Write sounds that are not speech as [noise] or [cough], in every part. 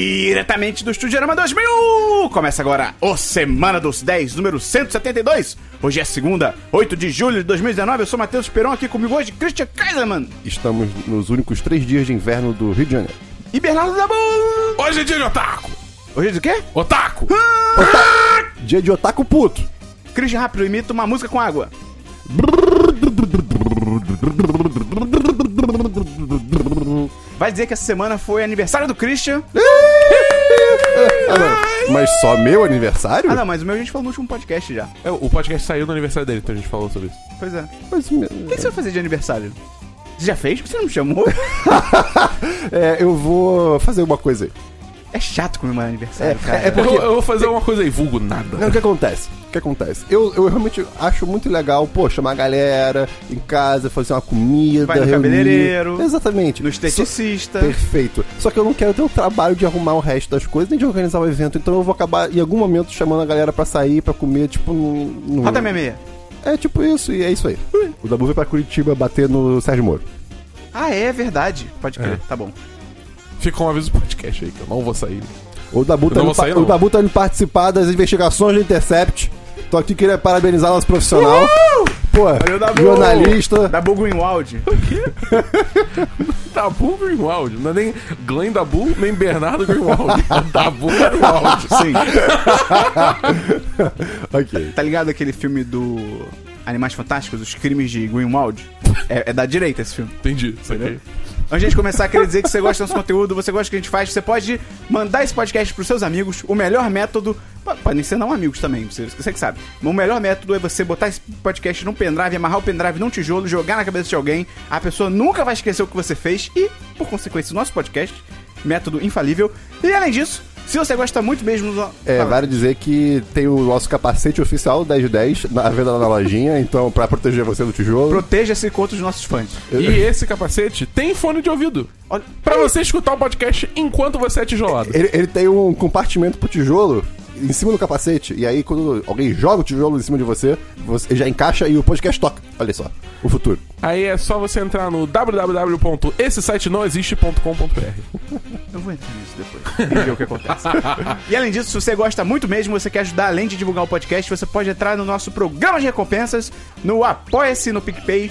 diretamente do Estúdio 2000! Começa agora o Semana dos 10, número 172. Hoje é segunda, 8 de julho de 2019. Eu sou Matheus Esperon, aqui comigo hoje, Christian Kaiserman Estamos nos únicos três dias de inverno do Rio de Janeiro. e Bernardo Dabu. Hoje é dia de otaku! Hoje é do quê? Otaku! Dia de otaku puto. Christian Rápido imita uma música com água. Vai dizer que essa semana foi aniversário do Christian. Ah, não. Mas só meu aniversário? Ah, não, mas o meu a gente falou no último podcast já. É, o podcast saiu no aniversário dele, então a gente falou sobre isso. Pois é. Mas, meu- O que você vai fazer de aniversário? Você já fez? Por que Você não me chamou? é, eu vou fazer uma coisa aí. É chato comemorar É, aniversário, cara. é, é Eu, porque. eu vou fazer uma coisa aí, vulgo nada. Não, o que acontece? O que acontece? Eu, eu realmente acho muito legal, pô, chamar a galera em casa, fazer uma comida. Vai no reunir. cabeleireiro, Exatamente. No Só- esteticista. Perfeito. Só que eu não quero ter o trabalho de arrumar o resto das coisas nem de organizar o evento. Então eu vou acabar em algum momento chamando a galera pra sair, pra comer, tipo, num. num- Rota 66. É tipo isso, e é isso aí. O Dabu veio pra Curitiba bater no Sérgio Moro. Ah, é verdade. Pode crer, É. tá bom. Ficou um aviso do podcast aí, que eu não vou sair. O Dabu, tá não indo, vou sair, pa- não. o Dabu tá indo participar das investigações do Intercept. Tô aqui queria parabenizar nosso profissional. Pô, Valeu, Dabu. jornalista. Da Greenwald. Dabu Greenwald, não é nem Glenn Dabu, nem Bernardo [laughs] Greenwald. É Dabu Greenwald. Sim. Ok. Tá ligado aquele filme do Animais Fantásticos, Os Crimes de Greenwald? É, é da direita esse filme. Entendi, saquei. Antes de começar, queria dizer que você gosta do nosso conteúdo, você gosta do que a gente faz, você pode mandar esse podcast pros seus amigos. O melhor método. po- Podem ser não amigos também, você, você que sabe. Mas O melhor método é você botar esse podcast num pendrive, amarrar o pendrive num tijolo, jogar na cabeça de alguém. A pessoa nunca vai esquecer o que você fez e, por consequência, o nosso podcast. Método infalível. E além disso, se você gosta muito mesmo do. É, Fala. vale dizer que tem o nosso capacete oficial 1010 na venda lá na lojinha, então pra proteger você do tijolo. Proteja-se contra os nossos fãs. E esse capacete tem fone de ouvido. Olha- Pra você escutar o podcast enquanto você é tijolado. Ele, ele tem um compartimento pro tijolo em cima do capacete, e aí quando alguém joga o tijolo em cima de você, você já encaixa e o podcast toca. Olha só, o futuro. Aí é só você entrar no www.essesitenoexiste.com.br. Eu vou entrar nisso [laughs] depois e ver o que acontece. e além disso, se você gosta muito mesmo, você quer ajudar além de divulgar o podcast, você pode entrar no nosso programa de recompensas, no Apoia-se no PicPay.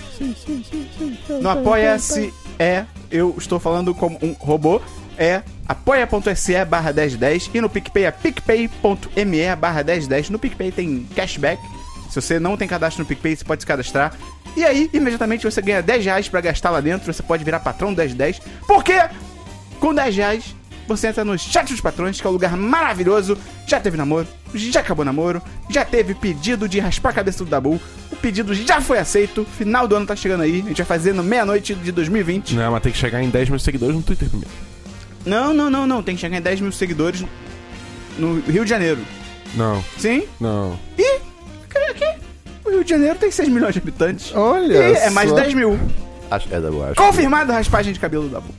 No Apoia-se é, eu estou falando como um robô, é apoia.se barra 1010 e no PicPay é picpay.me barra 1010. No PicPay tem cashback. Se você não tem cadastro no PicPay, você pode se cadastrar. E aí, imediatamente, você ganha 10 reais pra gastar lá dentro. Você pode virar patrão do 1010. Por quê? Com 10 reais, você entra no chat dos patrões, que é um lugar maravilhoso. Já teve namoro, já acabou namoro, já teve pedido de raspar a cabeça do Dabu. O pedido já foi aceito. Final do ano tá chegando aí. A gente vai fazer no meia-noite de 2020. Não, mas tem que chegar em 10 mil seguidores no Twitter primeiro. Não, não, não, não. Tem que chegar em 10 mil seguidores no Rio de Janeiro. Não, Sim? não. E. cadê Aqui? O Rio de Janeiro tem 6 milhões de habitantes. Olha E é mais só. 10 mil. Acho, é, Dabu, acho. Confirmado a raspagem de cabelo do [laughs] Dabu.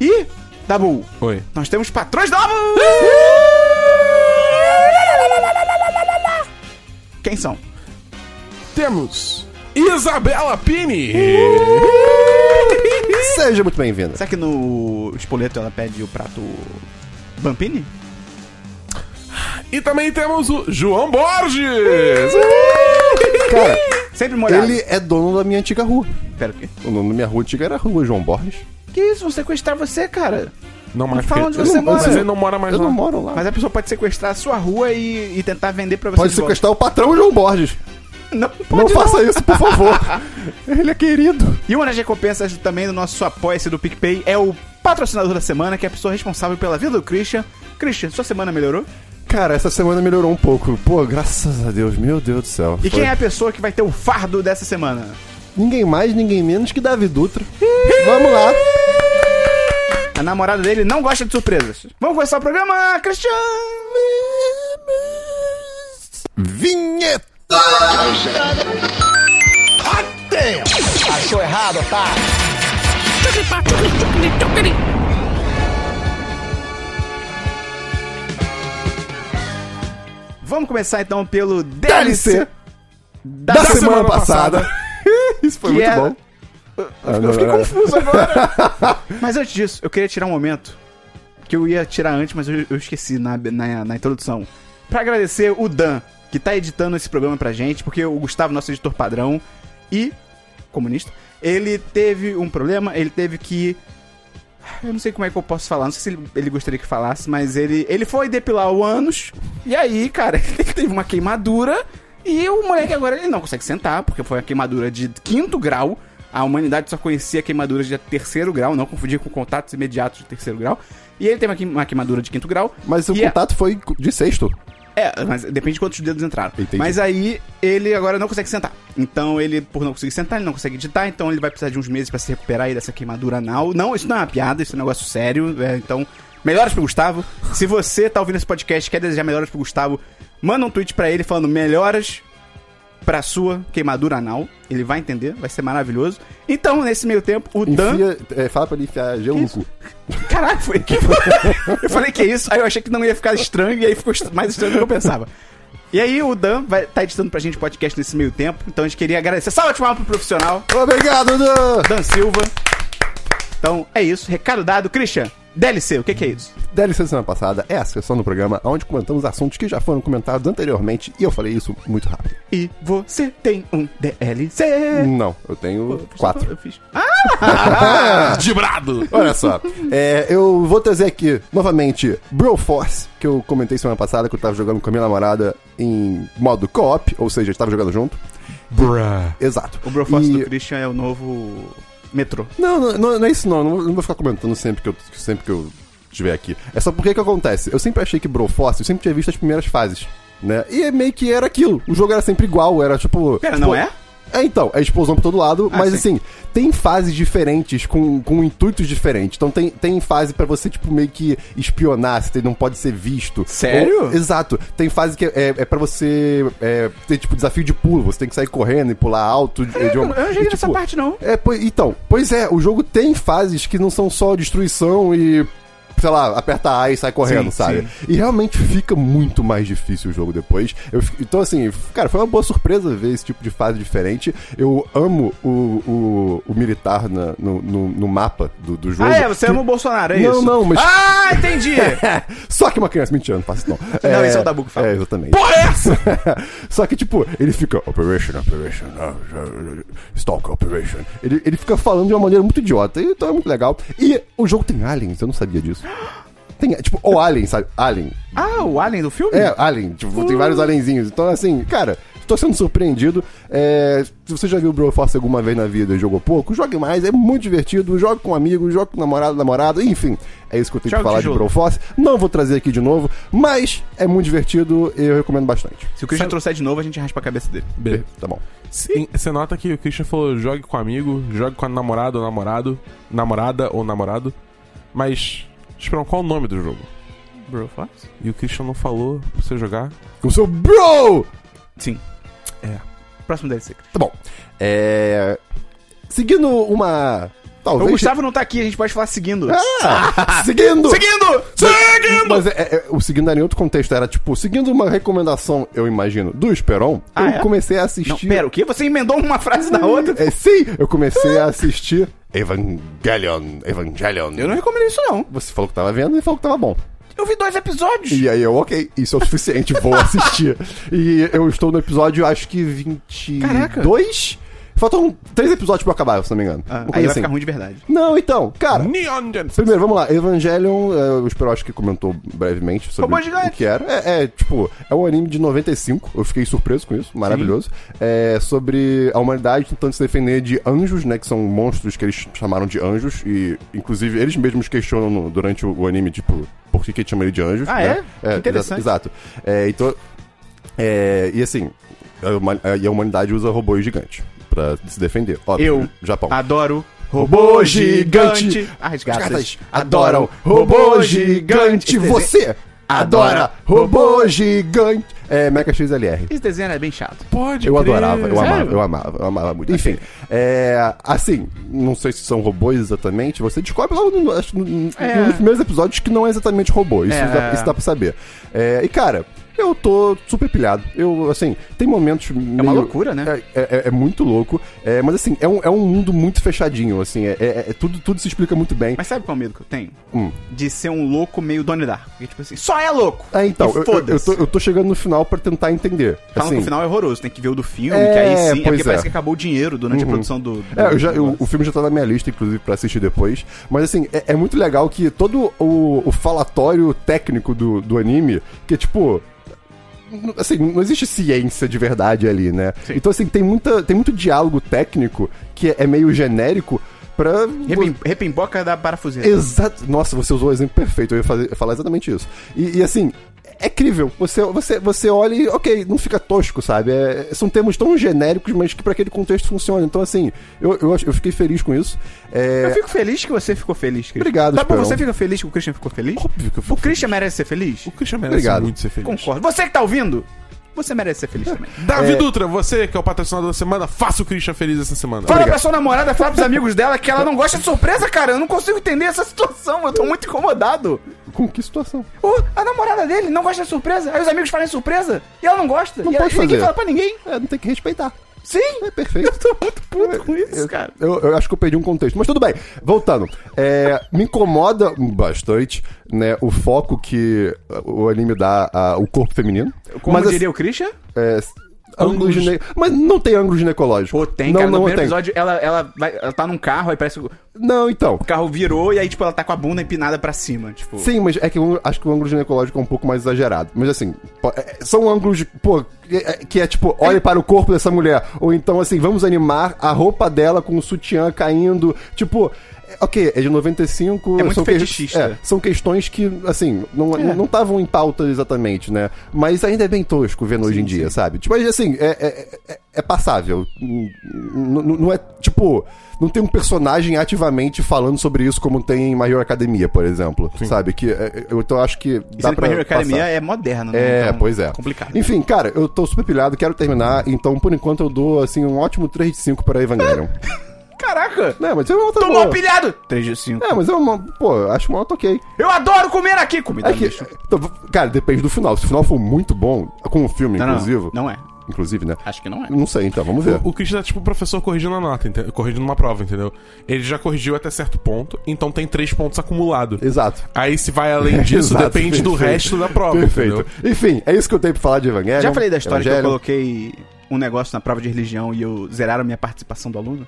E. Dabu, Oi. nós temos patrões novos! Quem [laughs] são? Temos Isabela Pini. Seja muito bem-vindo. Será que no espoleto ela pede o prato Bampini? E também temos o João Borges. Cara, Sempre molhado. ele é dono da minha antiga rua. Pera, o quê? O nome da minha rua antiga era Rua João Borges. Que isso? Vão sequestrar você, cara. Não mais fala porque- onde você Eu não- mora. Você não mora mais Eu lá. não moro lá. Mas é a pessoa pode sequestrar a sua rua e, e tentar vender pra você Pode de volta. sequestrar o patrão João Borges. Não, Não, pode não. faça isso, por [laughs] favor. ele é querido. E uma das recompensas também do nosso apoia-se do PicPay é o patrocinador da semana, que é a pessoa responsável pela vida do Christian. Christian, sua semana melhorou? Cara, essa semana melhorou um pouco. Pô, graças a Deus, meu Deus do céu. E Foi- quem é a pessoa que vai ter o fardo dessa semana? Ninguém mais, ninguém menos que Davi Dutra. Vamos lá. A namorada dele não gosta de surpresas. Vamos começar o programa, Christian! Vinheta! Vamos começar então pelo DLC DLC da, semana, semana passada. isso foi que muito é- bom. Eu fiquei confuso agora. Mas antes disso, eu queria tirar um momento que eu ia tirar antes, mas eu, eu esqueci na, na, na introdução. Pra agradecer o Dan, que tá editando esse programa pra gente, porque o Gustavo, nosso editor padrão e comunista, ele teve um problema, ele teve que. Eu não sei como é que eu posso falar, não sei se ele, ele gostaria que falasse, mas ele, ele foi depilar o ânus, e aí, cara, [laughs] ele teve uma queimadura, e o moleque agora ele não consegue sentar, porque foi uma queimadura de quinto grau. A humanidade só conhecia queimaduras de terceiro grau, não confundir com contatos imediatos de terceiro grau. E ele tem uma queim- uma queimadura de quinto grau. Mas o e a- contato foi de sexto. é, mas depende de quantos dedos entraram. Entendi. Mas aí ele agora não consegue sentar. Então ele, por não conseguir sentar, ele não consegue editar, então ele vai precisar de uns meses pra se recuperar aí dessa queimadura anal. Não, isso não é uma piada, isso é um negócio sério. é, então, melhoras pro Gustavo. Se você tá ouvindo esse podcast e quer desejar melhoras pro Gustavo, manda um tweet pra ele falando melhoras pra sua queimadura anal. Ele vai entender, vai ser maravilhoso. Então, nesse meio tempo, o Dan. Enfia, é, fala pra ele enfiar gelo no cu. Caralho, foi [laughs] que Eu falei que é isso, aí eu achei que não ia ficar estranho, e aí ficou est- mais estranho do que eu pensava. E aí o Dan vai, tá editando pra gente podcast nesse meio tempo, então a gente queria agradecer. Salve de palmas pro profissional, Obrigado, Dan! Dan Silva. Então é isso, recado dado. Christian, DLC, o que, que é isso? DLC da semana passada é a sessão do programa onde comentamos assuntos que já foram comentados anteriormente e eu falei isso muito rápido. E você tem um DLC. Não, eu tenho quatro. Eu fiz. Ah, Dibrado! Olha só, é, eu vou trazer aqui novamente Broforce, que eu comentei semana passada que eu tava jogando com a minha namorada em modo co-op, ou seja, a gente tava jogando junto. Bruh. Exato. O Broforce E- do Christian é o novo metrô. Não, não, não, não é isso não. Não vou, não vou ficar comentando sempre que eu, sempre que eu estiver aqui. É só porque que acontece. Eu sempre achei que Broforce, eu sempre tinha visto as primeiras fases. Né? E é meio que era aquilo. O jogo era sempre igual, era tipo. Pera, tipo- não é? É, então, é explosão por todo lado, Ah, mas sim. assim, tem fases diferentes, com, com intuitos diferentes. Então tem, tem fase pra você, tipo, meio que espionar, se não pode ser visto. Sério? Ou- exato. Tem fase que é, é pra você é, ter, tipo, desafio de pulo, você tem que sair correndo e pular alto. de- de Eu uma- não cheguei e, nessa tipo, parte, não. é, pois, então, pois é, o jogo tem fases que não são só destruição e. Sei lá, aperta A e sai correndo, Sim, sabe? sim. E realmente fica muito mais difícil o jogo depois. Eu fi- então, assim, cara, foi uma boa surpresa ver esse tipo de fase diferente. Eu amo o, o, o militar na- no, no, no mapa do, do jogo. Ah, é, você Que- ama o Bolsonaro, é Não, isso? não, mas- Ah, [laughs] entendi! [laughs] Só que uma criança, mentira, não faço isso, não. Não, esse é o Dabu que fala. É, exatamente. Porra, é essa? [laughs] Só que, tipo, ele fica Operation, Operation, ah, ah, Stalk Operation. Ele, ele fica falando de uma maneira muito idiota, então é muito legal. E o jogo tem aliens, eu não [gasps] sabia disso. Tem, tipo, ou Alien, sabe? Alien. Ah, o Alien do filme? É, Alien, tipo, tem vários alienzinhos. Então, assim, cara, tô sendo surpreendido. É, se você já viu Broforce alguma vez na vida e jogou pouco, jogue mais, é muito divertido. Jogue com amigos, jogue com namorado, namorada, enfim. É isso que eu tenho Joga que falar de tijolo. Broforce. Não vou trazer aqui de novo, mas é muito divertido e eu recomendo bastante. Se o Christian Sabe- trouxer de novo, a gente raspa a cabeça dele. Tá bom. Você nota que o Christian falou: jogue com amigo, jogue com a namorada ou namorado, namorada ou namorado. Mas, Esperão, qual o nome do jogo? Bro, Fox? E o Christian não falou pra você jogar. Com o seu bro! Sim. É. Próximo DLC. Christian. Tá bom. É. Seguindo uma. Talvez. O Gustavo não tá aqui, a gente pode falar seguindo. Ah, [laughs] seguindo! Seguindo! Seguindo! Mas é- é- é- o seguindo era em outro contexto, era tipo, seguindo uma recomendação, eu imagino, do Esperon, Ah, eu é? comecei a Não, assistir. pera, o quê? Você emendou uma frase na outra? É, sim, eu comecei a assistir Evangelion, Evangelion. Eu não recomendo isso, não. Você falou que tava vendo e falou que tava bom. Eu vi dois episódios. E aí eu, ok, isso é o suficiente, [laughs] vou assistir. E eu estou no episódio, acho que 22. Caraca. Faltam três episódios pra eu acabar, se não me engano. Ah, Uma aí coisa vai assim. ficar ruim de verdade. Não, então, cara. Neon Genesis. Primeiro, vamos lá. Evangelion, eh, o Espero acho que comentou brevemente sobre Robô gigante. o que era. É, é, tipo, é um anime de 95, eu fiquei surpreso com isso, maravilhoso. É, sobre a humanidade tentando se defender de anjos, né, que são monstros que eles chamaram de anjos, e inclusive eles mesmos questionam no- durante o, o anime, tipo, por que que chama ele de anjos, Ah, né? é? Que interessante. Exato. exato. É, então, é, e assim, a huma- a- e a humanidade usa robôs gigantes pra se defender. Óbvio, né? Eu Japão. Adoro robô gigante. Ah, As Os gatas, gatas adoram robô gigante. Esse Você adora robô gigante. É, Mecha XLR. desenho- Esse desenho é bem chato. Pode Eu crer. adorava, eu Sério? amava, eu amava, eu amava muito. Enfim, é, assim, não sei se são robôs exatamente, você descobre logo no, acho, no, no- É. nos primeiros episódios que não é exatamente robô, isso, É. dá, isso dá pra saber. É, e cara, Eu tô super pilhado. Eu, assim, tem momentos. É uma loucura, né? É, é- é muito louco. É, mas assim, é um, é um mundo muito fechadinho, assim. É, é- é- tudo, tudo se explica muito bem. Mas sabe qual é o medo que eu tenho? Hum. De ser um louco meio Donnie Darko. Porque, tipo assim, só é louco! É, então, E eu, eu, foda-se. eu tô, eu tô chegando no final pra tentar entender. Falam que assim, o final é horroroso, tem que ver o do filme, É, que aí sim, é pois porque é. parece que acabou o dinheiro durante a produção do. do- É, eu já, eu- do- o filme já tá na minha lista, inclusive, pra assistir depois. Mas, assim, é, é muito legal que todo o, o falatório técnico do, do anime, que é tipo. n- Assim, não existe ciência de verdade ali, né? Sim. Então, assim, tem, muita, tem muito diálogo técnico que é, é meio genérico pra. Repim- Repimboca da parafuseira. Exato. Nossa, você usou o exemplo perfeito. Eu ia fazer- falar exatamente isso. E, e, assim, é crível. Você, você, você olha e, ok, não fica tosco, sabe? É- são termos tão genéricos, mas que pra aquele contexto funciona. Então, assim, eu, eu, acho- eu fiquei feliz com isso. É, Eu fico feliz que você ficou feliz, Christian. Obrigado, Tá bom, Esperão. você fica feliz que o Christian ficou é feliz? Óbvio que eu O fico Christian merece ser feliz? O Christian merece Obrigado. muito ser feliz. Concordo. Você que tá ouvindo, você merece ser feliz também. Davi É. Dutra, você que é o patrocinador da semana, faça o Christian feliz essa semana. Fala pra sua namorada, fala pros amigos dela que ela não gosta de surpresa, cara. Eu não consigo entender essa situação, eu tô muito incomodado. Com que situação? Uh, a namorada dele não gosta de surpresa. Aí os amigos fazem surpresa e ela não gosta. Não e ela- pode e ninguém fazer. fala pra ninguém. É, não tem que respeitar. Sim, É perfeito. eu tô muito puto com isso, Eu- cara. Eu, eu acho que eu perdi um contexto, mas tudo bem. Voltando, É, me incomoda bastante né, o foco que o anime dá ao corpo feminino. Como mas, assim, diria o Christian? É, ângulo Ângulos. gine... Mas não tem ângulo ginecológico. Pô, tem, não, cara. não no primeiro tem. episódio, ela, ela, vai- ela tá num carro, aí parece que o Não, então. carro virou e aí, tipo, ela tá com a bunda empinada pra cima, tipo... Sim, mas é que eu acho que o ângulo ginecológico é um pouco mais exagerado. Mas assim, pô, é- são ângulos, pô, que é- que é tipo, olhe para o corpo dessa mulher. Ou então, assim, vamos animar a roupa dela com o sutiã caindo. Tipo, é- ok, é de 95. É muito são que- fetichista. é, são questões que, assim, não É. não estavam em pauta exatamente, né? Mas ainda é bem tosco vendo hoje em dia, sabe? Tipo, mas assim, é, é, é- é passável. N- n- n- Não é, tipo, não tem um personagem ativamente falando sobre isso como tem em Major Academia, por exemplo, sabe? Que, é, eu então acho que E dá sendo que pra a Hero Academia passar. é moderna, né? É, Então, pois é. Complicado. Enfim, cara, eu tô super pilhado, quero terminar, então por enquanto eu dou, assim, um ótimo 3 de 5 para [laughs] Evangelion. Caraca! não, mas é uma nota Tô mal boa. pilhado! 3 de 5. É, mas é uma, pô, acho uma nota ok. Eu adoro comer aqui! Comida É que, lixo. então, cara, depende do final. Se o final for muito bom, com o filme, Não, inclusive. não, não é. Inclusive, né? Acho que não é. Não sei, então, vamos ver. O Christian é tipo o professor corrigindo a nota, ente- corrigindo uma prova, entendeu? Ele já corrigiu até certo ponto, então tem três pontos acumulados. Exato. Aí se vai além [laughs] disso, Exato, depende do perfeito. resto da prova, Perfeito. entendeu? Enfim, é isso que eu tenho pra falar de Evangelho. Já falei da história que eu coloquei um negócio na prova de religião e eu zeraram minha participação do aluno?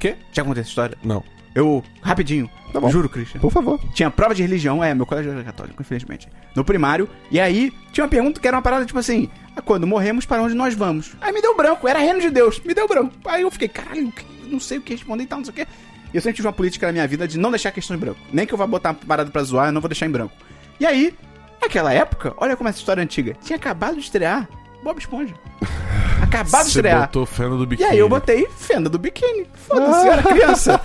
Quê? Já contei essa história? Não. Eu, rapidinho, Tá bom. juro, Christian. Por favor. Tinha prova de religião, é, meu colégio era católico, infelizmente. No primário, e aí tinha uma pergunta que era uma parada tipo assim: "Ah, quando morremos, para onde nós vamos? Aí me deu branco, era reino de Deus, me deu branco. Aí eu fiquei, caralho, o que- não sei o que responder e tal, não sei o que. E eu sempre tive uma política na minha vida de não deixar questões em branco. Nem que eu vá botar uma parada pra zoar, eu não vou deixar em branco. E aí, naquela época, olha como é essa história antiga, tinha acabado de estrear Bob Esponja. Acabado de Você estrear. botou fenda do E biquíni. né? aí eu botei fenda do biquíni. Foda-se, eu era criança.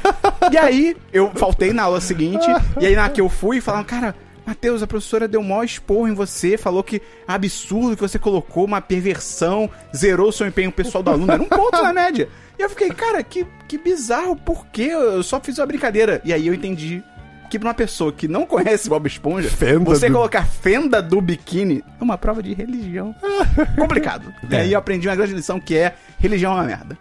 E aí eu faltei na aula seguinte, e aí na que eu fui, falaram, cara, Matheus, a professora deu maior esporro em você, falou que absurdo que você colocou, uma perversão, zerou o seu empenho pessoal do aluno, era um ponto na média. E eu fiquei, cara, que, que bizarro, por quê? Eu só fiz uma brincadeira. E aí eu entendi que pra uma pessoa que não conhece Bob Esponja, Fenda você do- colocar fenda do biquíni é uma prova de [laughs] religião. Complicado. E É. aí eu aprendi uma grande lição que é religião é uma merda.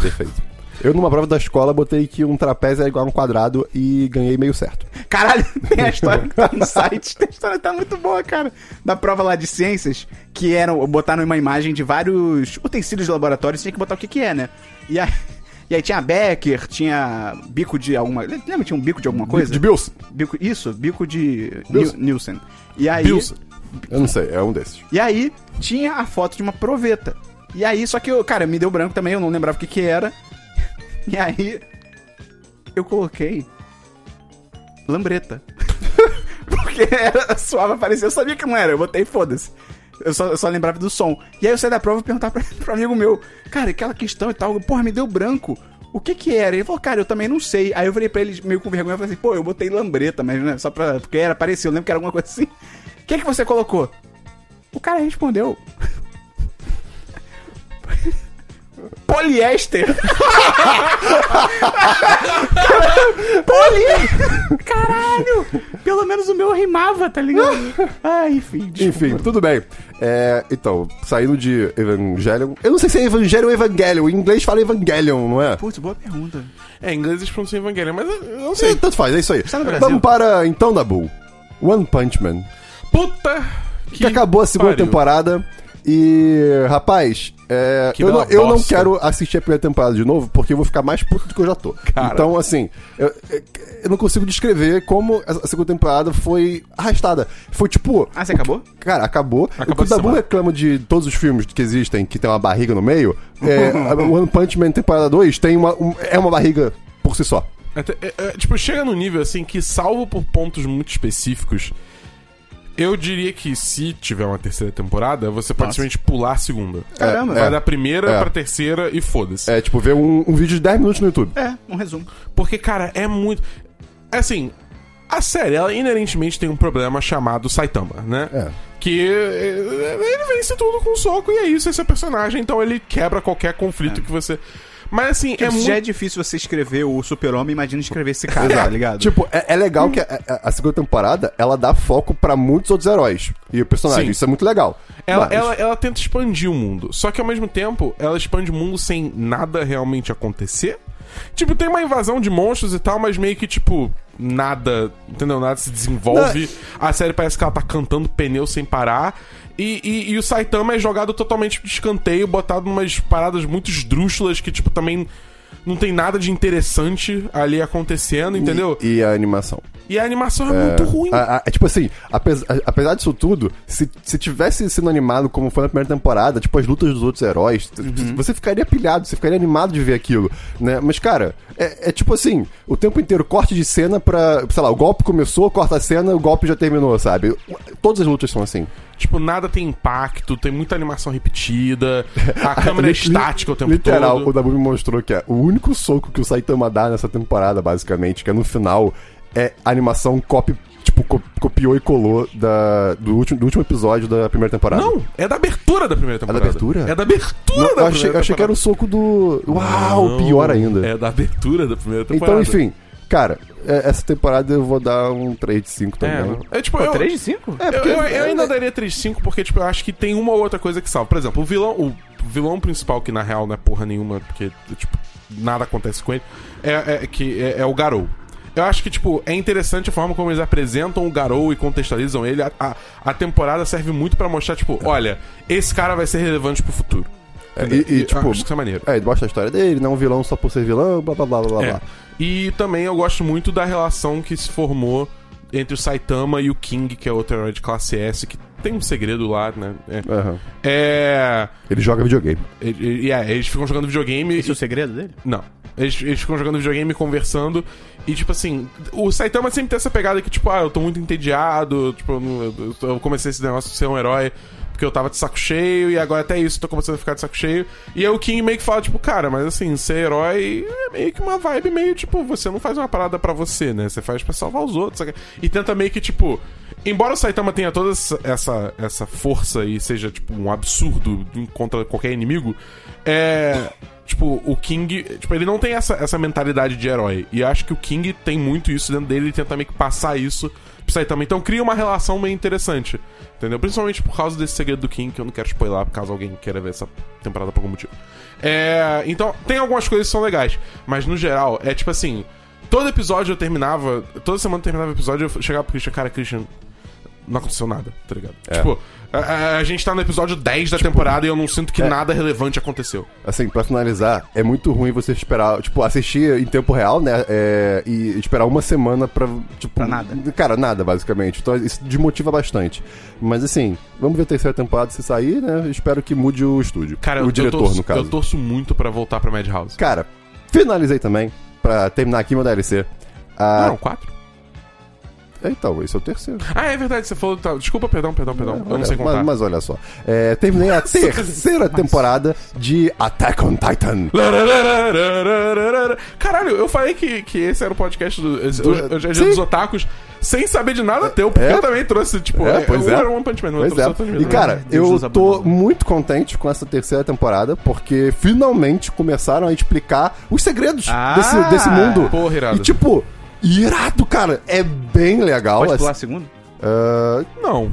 Perfeito. Eu, numa prova da escola, botei que um trapézio é igual a um quadrado e ganhei meio certo. Caralho, [laughs] tem a história que tá no site. Tem a história que tá muito boa, cara. Da prova lá de ciências, que eram. Botaram uma imagem de vários utensílios de laboratório, tinha que botar o que que é, né? E aí, e aí tinha Becker, tinha bico de alguma. Lembra? Tinha um bico de alguma coisa? De Bills. bico, isso, bico de Bilson. Ni- Nielsen. E aí. Bilson. Eu não sei, é um desses. E aí tinha a foto de uma proveta. E aí, só que, eu, cara, me deu branco também, eu não lembrava o que que era. [laughs] E aí, eu coloquei lambreta. [laughs] Porque era suava, parecia, eu sabia que não era, eu botei foda-se. Eu só, eu só lembrava do som. E aí eu saí da prova e perguntava pra, [laughs] pro amigo meu, cara, aquela questão e tal, porra, me deu branco. O que que era? Ele falou, cara, eu também não sei. Aí eu falei pra ele, meio com vergonha, eu falei assim, pô, eu botei lambreta, mas né, só pra... Porque era, parecia, eu lembro que era alguma coisa assim. [laughs] O que que você colocou? O cara respondeu. Pô, poliéster. Poli... Caralho! Pelo menos o meu rimava, tá ligado? Ah, enfim. desculpa. Enfim, tudo bem. É, então, saindo de Evangelion. Eu não sei se é Evangelho ou Evangelion. Em inglês fala Evangelion, não é? Putz, boa pergunta. É, em inglês eles pronunciam Evangelho, mas eu eu não Sim, sei. tanto faz, é isso aí. Está tá no Brasil. Vamos para, então, Dabu. One Punch Man. Puta Que, acabou a segunda pariu. temporada. E, rapaz, é, Que eu, não, bela eu não bosta. quero assistir a primeira temporada de novo, porque eu vou ficar mais puto do que eu já tô. Cara. Então, assim, eu, eu- eu não consigo descrever como a segunda temporada foi arrastada. Foi tipo. Ah, você acabou? Cara, acabou. Acabou o que o essa Dabu semana. reclama de todos os filmes que existem que tem uma barriga no meio, [laughs] é, a One Punch Man temporada 2 tem uma, um- é uma barriga por si só. Até- é, é, tipo, chega num nível assim que, salvo por pontos muito específicos, eu diria que se tiver uma terceira temporada, você pode Nossa. simplesmente pular a segunda. Caramba. Vai da primeira É. pra terceira e foda-se. É tipo ver um, um vídeo de 10 minutos no YouTube. É, um resumo. Porque, cara, é muito. Assim, a série, ela inerentemente tem um problema chamado Saitama, né? É. Que é, ele vence tudo com um soco e é isso, esse é o personagem, então ele quebra qualquer conflito que você. Mas assim, é Tipo, se muito. já é difícil É. você escrever o super-homem, imagina escrever esse cara, tá ligado? Tipo, é, é legal que a, a- a segunda temporada ela dá foco pra muitos outros heróis e personagens. Sim. Isso é muito legal. Ela, Mas- ela, ela tenta expandir o mundo. Só que ao mesmo tempo, ela expande o mundo sem nada realmente acontecer. Tipo, tem uma invasão de monstros e tal, mas meio que, tipo, nada. Entendeu? Nada se desenvolve. A série parece que ela tá cantando pneu sem parar. E, e, e o Saitama é jogado totalmente de escanteio, botado numas paradas muito esdrúxulas que, tipo, também. Não tem nada de interessante ali acontecendo, entendeu? E, e a animação. E, a animação é, muito ruim. A- a- é tipo assim, apesar, apesar disso tudo, se, se tivesse sendo animado como foi na primeira temporada, tipo as lutas dos outros heróis, t- Uhum. t- você ficaria pilhado, você ficaria animado de ver aquilo, né? Mas, cara, é, é tipo assim, o tempo inteiro corte de cena pra. Sei lá, o golpe começou, corta a cena, o golpe já terminou, sabe? Todas as lutas são assim. Tipo, nada tem impacto, tem muita animação repetida, [laughs] a câmera é Li- estática o tempo literal, todo. o Dabu me mostrou que é o único soco que o Saitama dá nessa temporada, basicamente, que é no final, é a animação copy, tipo, co- copiou e colou da, do, último, do último episódio da primeira temporada. Não, é da abertura da primeira temporada. abertura? É da abertura Não, da eu achei, eu primeira achei que era o temporada. soco do. Uau, pior ainda. É da abertura da primeira temporada. então, enfim, cara, é- essa temporada eu vou dar um 3 de 5 É, também. é tipo, Pô, eu, 3 de 5? É, eu, porque- eu- eu ainda daria 3-5 porque, tipo, eu acho que tem uma ou outra coisa que salva. Por exemplo, o vilão, o vilão principal, que na real não é porra nenhuma, porque, tipo, nada acontece com ele, é, é- que é, é o Garou. Eu acho que, tipo, é interessante a forma como eles apresentam o Garou e contextualizam ele. A, a, a temporada serve muito pra mostrar, tipo, olha, esse cara vai ser relevante pro futuro. É, e- e, eu tipo, acho que isso é maneiro. É, ele gosta da história dele, não é um vilão só por ser vilão, blá blá blá blá É. blá. E também eu gosto muito da relação que se formou entre o Saitama e o King, que é outro herói de classe S, que tem um segredo lá, né? É. Aham. É, Ele joga videogame. e- e- e é, eles ficam jogando videogame. Esse é o segredo dele? Não. Eles, eles ficam jogando videogame, conversando. E, tipo assim, o Saitama sempre tem essa pegada que, tipo, ah, eu tô muito entediado. Tipo, eu não- eu, eu comecei esse negócio de ser um herói porque eu tava de saco cheio. E agora até isso, eu tô começando a ficar de saco cheio. E aí o King meio que fala, tipo, cara, mas assim, ser herói é meio que uma vibe meio, tipo, você não faz uma parada pra você, né? Você faz pra salvar os outros. saca? E tenta meio que, tipo. Embora o Saitama tenha toda essa- essa, essa força e seja, tipo, um absurdo contra qualquer inimigo, é. Tipo, o King. Tipo, ele não tem essa, essa mentalidade de herói. E acho que o King tem muito isso dentro dele e tenta meio que passar isso pro Saitama. Então cria uma relação meio interessante. Entendeu? Principalmente por causa desse segredo do King, que eu não quero spoiler, por caso alguém queira ver essa temporada por algum motivo. É. Então, tem algumas coisas que são legais. Mas no geral, é tipo assim. Todo episódio eu terminava. Toda semana eu terminava o episódio eu chegava pro Christian, cara, Christian. Não aconteceu nada, tá ligado? Tipo, a- a, a gente tá no episódio 10 da temporada e eu não sinto que nada relevante aconteceu. Assim, pra finalizar, é muito ruim você esperar, tipo, assistir em tempo real, né? é, e esperar uma semana pra, tipo... Pra nada. Cara, nada, basicamente. Então isso desmotiva bastante. Mas assim, vamos ver a terceira temporada se sair, né? Espero que mude o estúdio. Cara, o eu, diretor, eu torço, no caso. Eu torço muito pra voltar pra Madhouse. Cara, finalizei também, pra terminar aqui meu DLC. Ah, Não, quatro? então, esse é o terceiro. Ah, é verdade, você falou. tá, desculpa, perdão, perdão, perdão. eu não sei Olha, contar. mas, mas olha só. É, [laughs] terminei a terceira temporada de Attack on Titan. Lararararararara. Caralho, eu falei que, que esse era o podcast do. esse- Do- hoje hoje é dia Sim. dos otakus. sem saber de nada teu, porque É. eu também trouxe, tipo, É, pois um é. era One Punch Man, o outro Pois trouxe é. One Punch Man. E né? cara, eu Jesus tô amado. muito contente com essa terceira temporada, porque finalmente começaram a explicar os segredos Ah, desse, desse mundo. porra, irado. E tipo, irado, cara, é bem legal. Pode assim. pular a segunda? Ah, Não.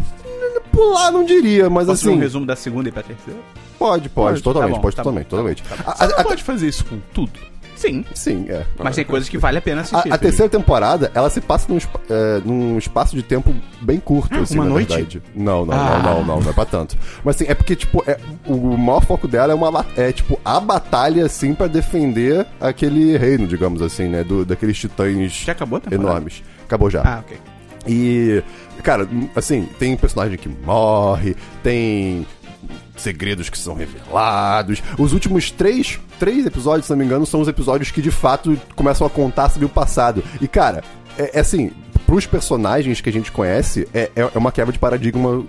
pular não diria, mas Posso assim, um resumo da segunda e pra terceira? pode, pode, Pode, totalmente, tá bom, pode tá totalmente, bom, totalmente. A- Você a- não a- pode fazer isso com tudo. Sim. sim, é. Mas tem coisas que vale a pena A- assistir. A, terceira temporada, ela se passa num, espa- é, num espaço de tempo bem curto, assim, Ah, uma na noite? verdade. Não, não, Ah. não, não, não, não é pra tanto. Mas assim, é porque, tipo, é- o maior foco dela é uma ba- é, tipo, a batalha, assim, pra defender aquele reino, digamos assim, né? Do, daqueles titãs Já acabou a temporada? enormes. Acabou já. Ah, ok. E, cara, assim, tem personagem que morre, tem segredos que são revelados. Os últimos três, três episódios, se não me engano, são os episódios que de fato começam a contar sobre o passado. E, cara, é, é assim, pros personagens que a gente conhece, é, é é uma quebra de paradigma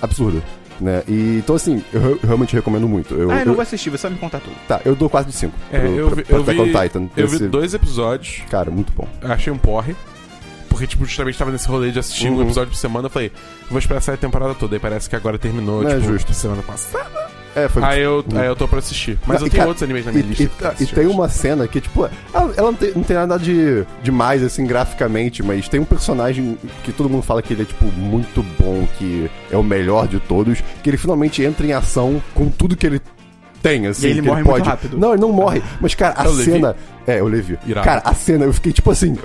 absurda. Né? E, então, assim, eu re- realmente recomendo muito. Eu, Ah, eu não eu- vou assistir, você vai me contar tudo. Tá, eu dou 4 de 5. É, eu vi, eu vi, Titan. eu vi Esse- dois episódios, Cara, muito bom. achei um porre. Porque, tipo, justamente tava nesse rolê de assistir um Uhum. episódio por semana. Eu falei, vou esperar sair a temporada toda. E parece que agora terminou, Não é tipo, justo. semana passada. É, foi Aí Ah, eu, aí eu tô pra assistir. Mas Não, eu e, tenho cara, outros animes na minha e, lista. e- tá, pra e assistir tem antes. uma cena que, tipo, ela, ela não, tem, não tem nada de demais, assim, graficamente, mas tem um personagem que todo mundo fala que ele é, tipo, muito bom, que é o melhor de todos, que ele finalmente entra em ação com tudo que ele tem, assim. E ele que morre ele muito pode. rápido. Não, ele não [laughs] morre. Mas, cara, a É o Levi? cena. É, eu Levi. Irado. Cara, a cena, eu fiquei, tipo, assim.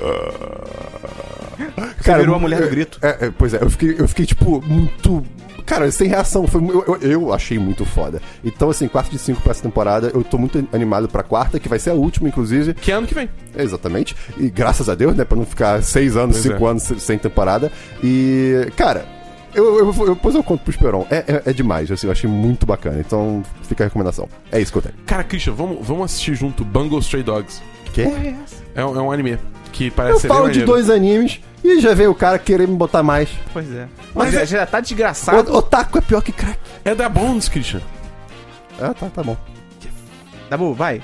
Você virou a mulher do eu- grito. é, é, pois é, eu fiquei, eu fiquei, tipo, muito. Cara, sem reação. Foi, mu- eu, eu- eu achei muito foda. Então, assim, 4 de 5 pra essa temporada. Eu tô muito animado pra quarta, que vai ser a última, inclusive. Que é ano que vem. Exatamente. E graças a Deus, né? Pra não ficar 6 anos, Pois 5 é. anos se- sem temporada. E, cara, eu, eu, eu, depois eu conto pro Esperon. É, é, é demais, assim, eu achei muito bacana. Então, fica a recomendação. É isso que eu tenho. Cara, Christian, vamos, vamos assistir junto Bungle Stray Dogs. Quê? É um, é um anime que parece Eu ser falo bem de maneiro. dois animes e já veio o cara querer me botar mais. Pois é. Mas Mas é- já, já tá desgraçado. O, otaku é pior que crack. É da Bones, Christian. Ah, tá, tá bom. Dabu, vai.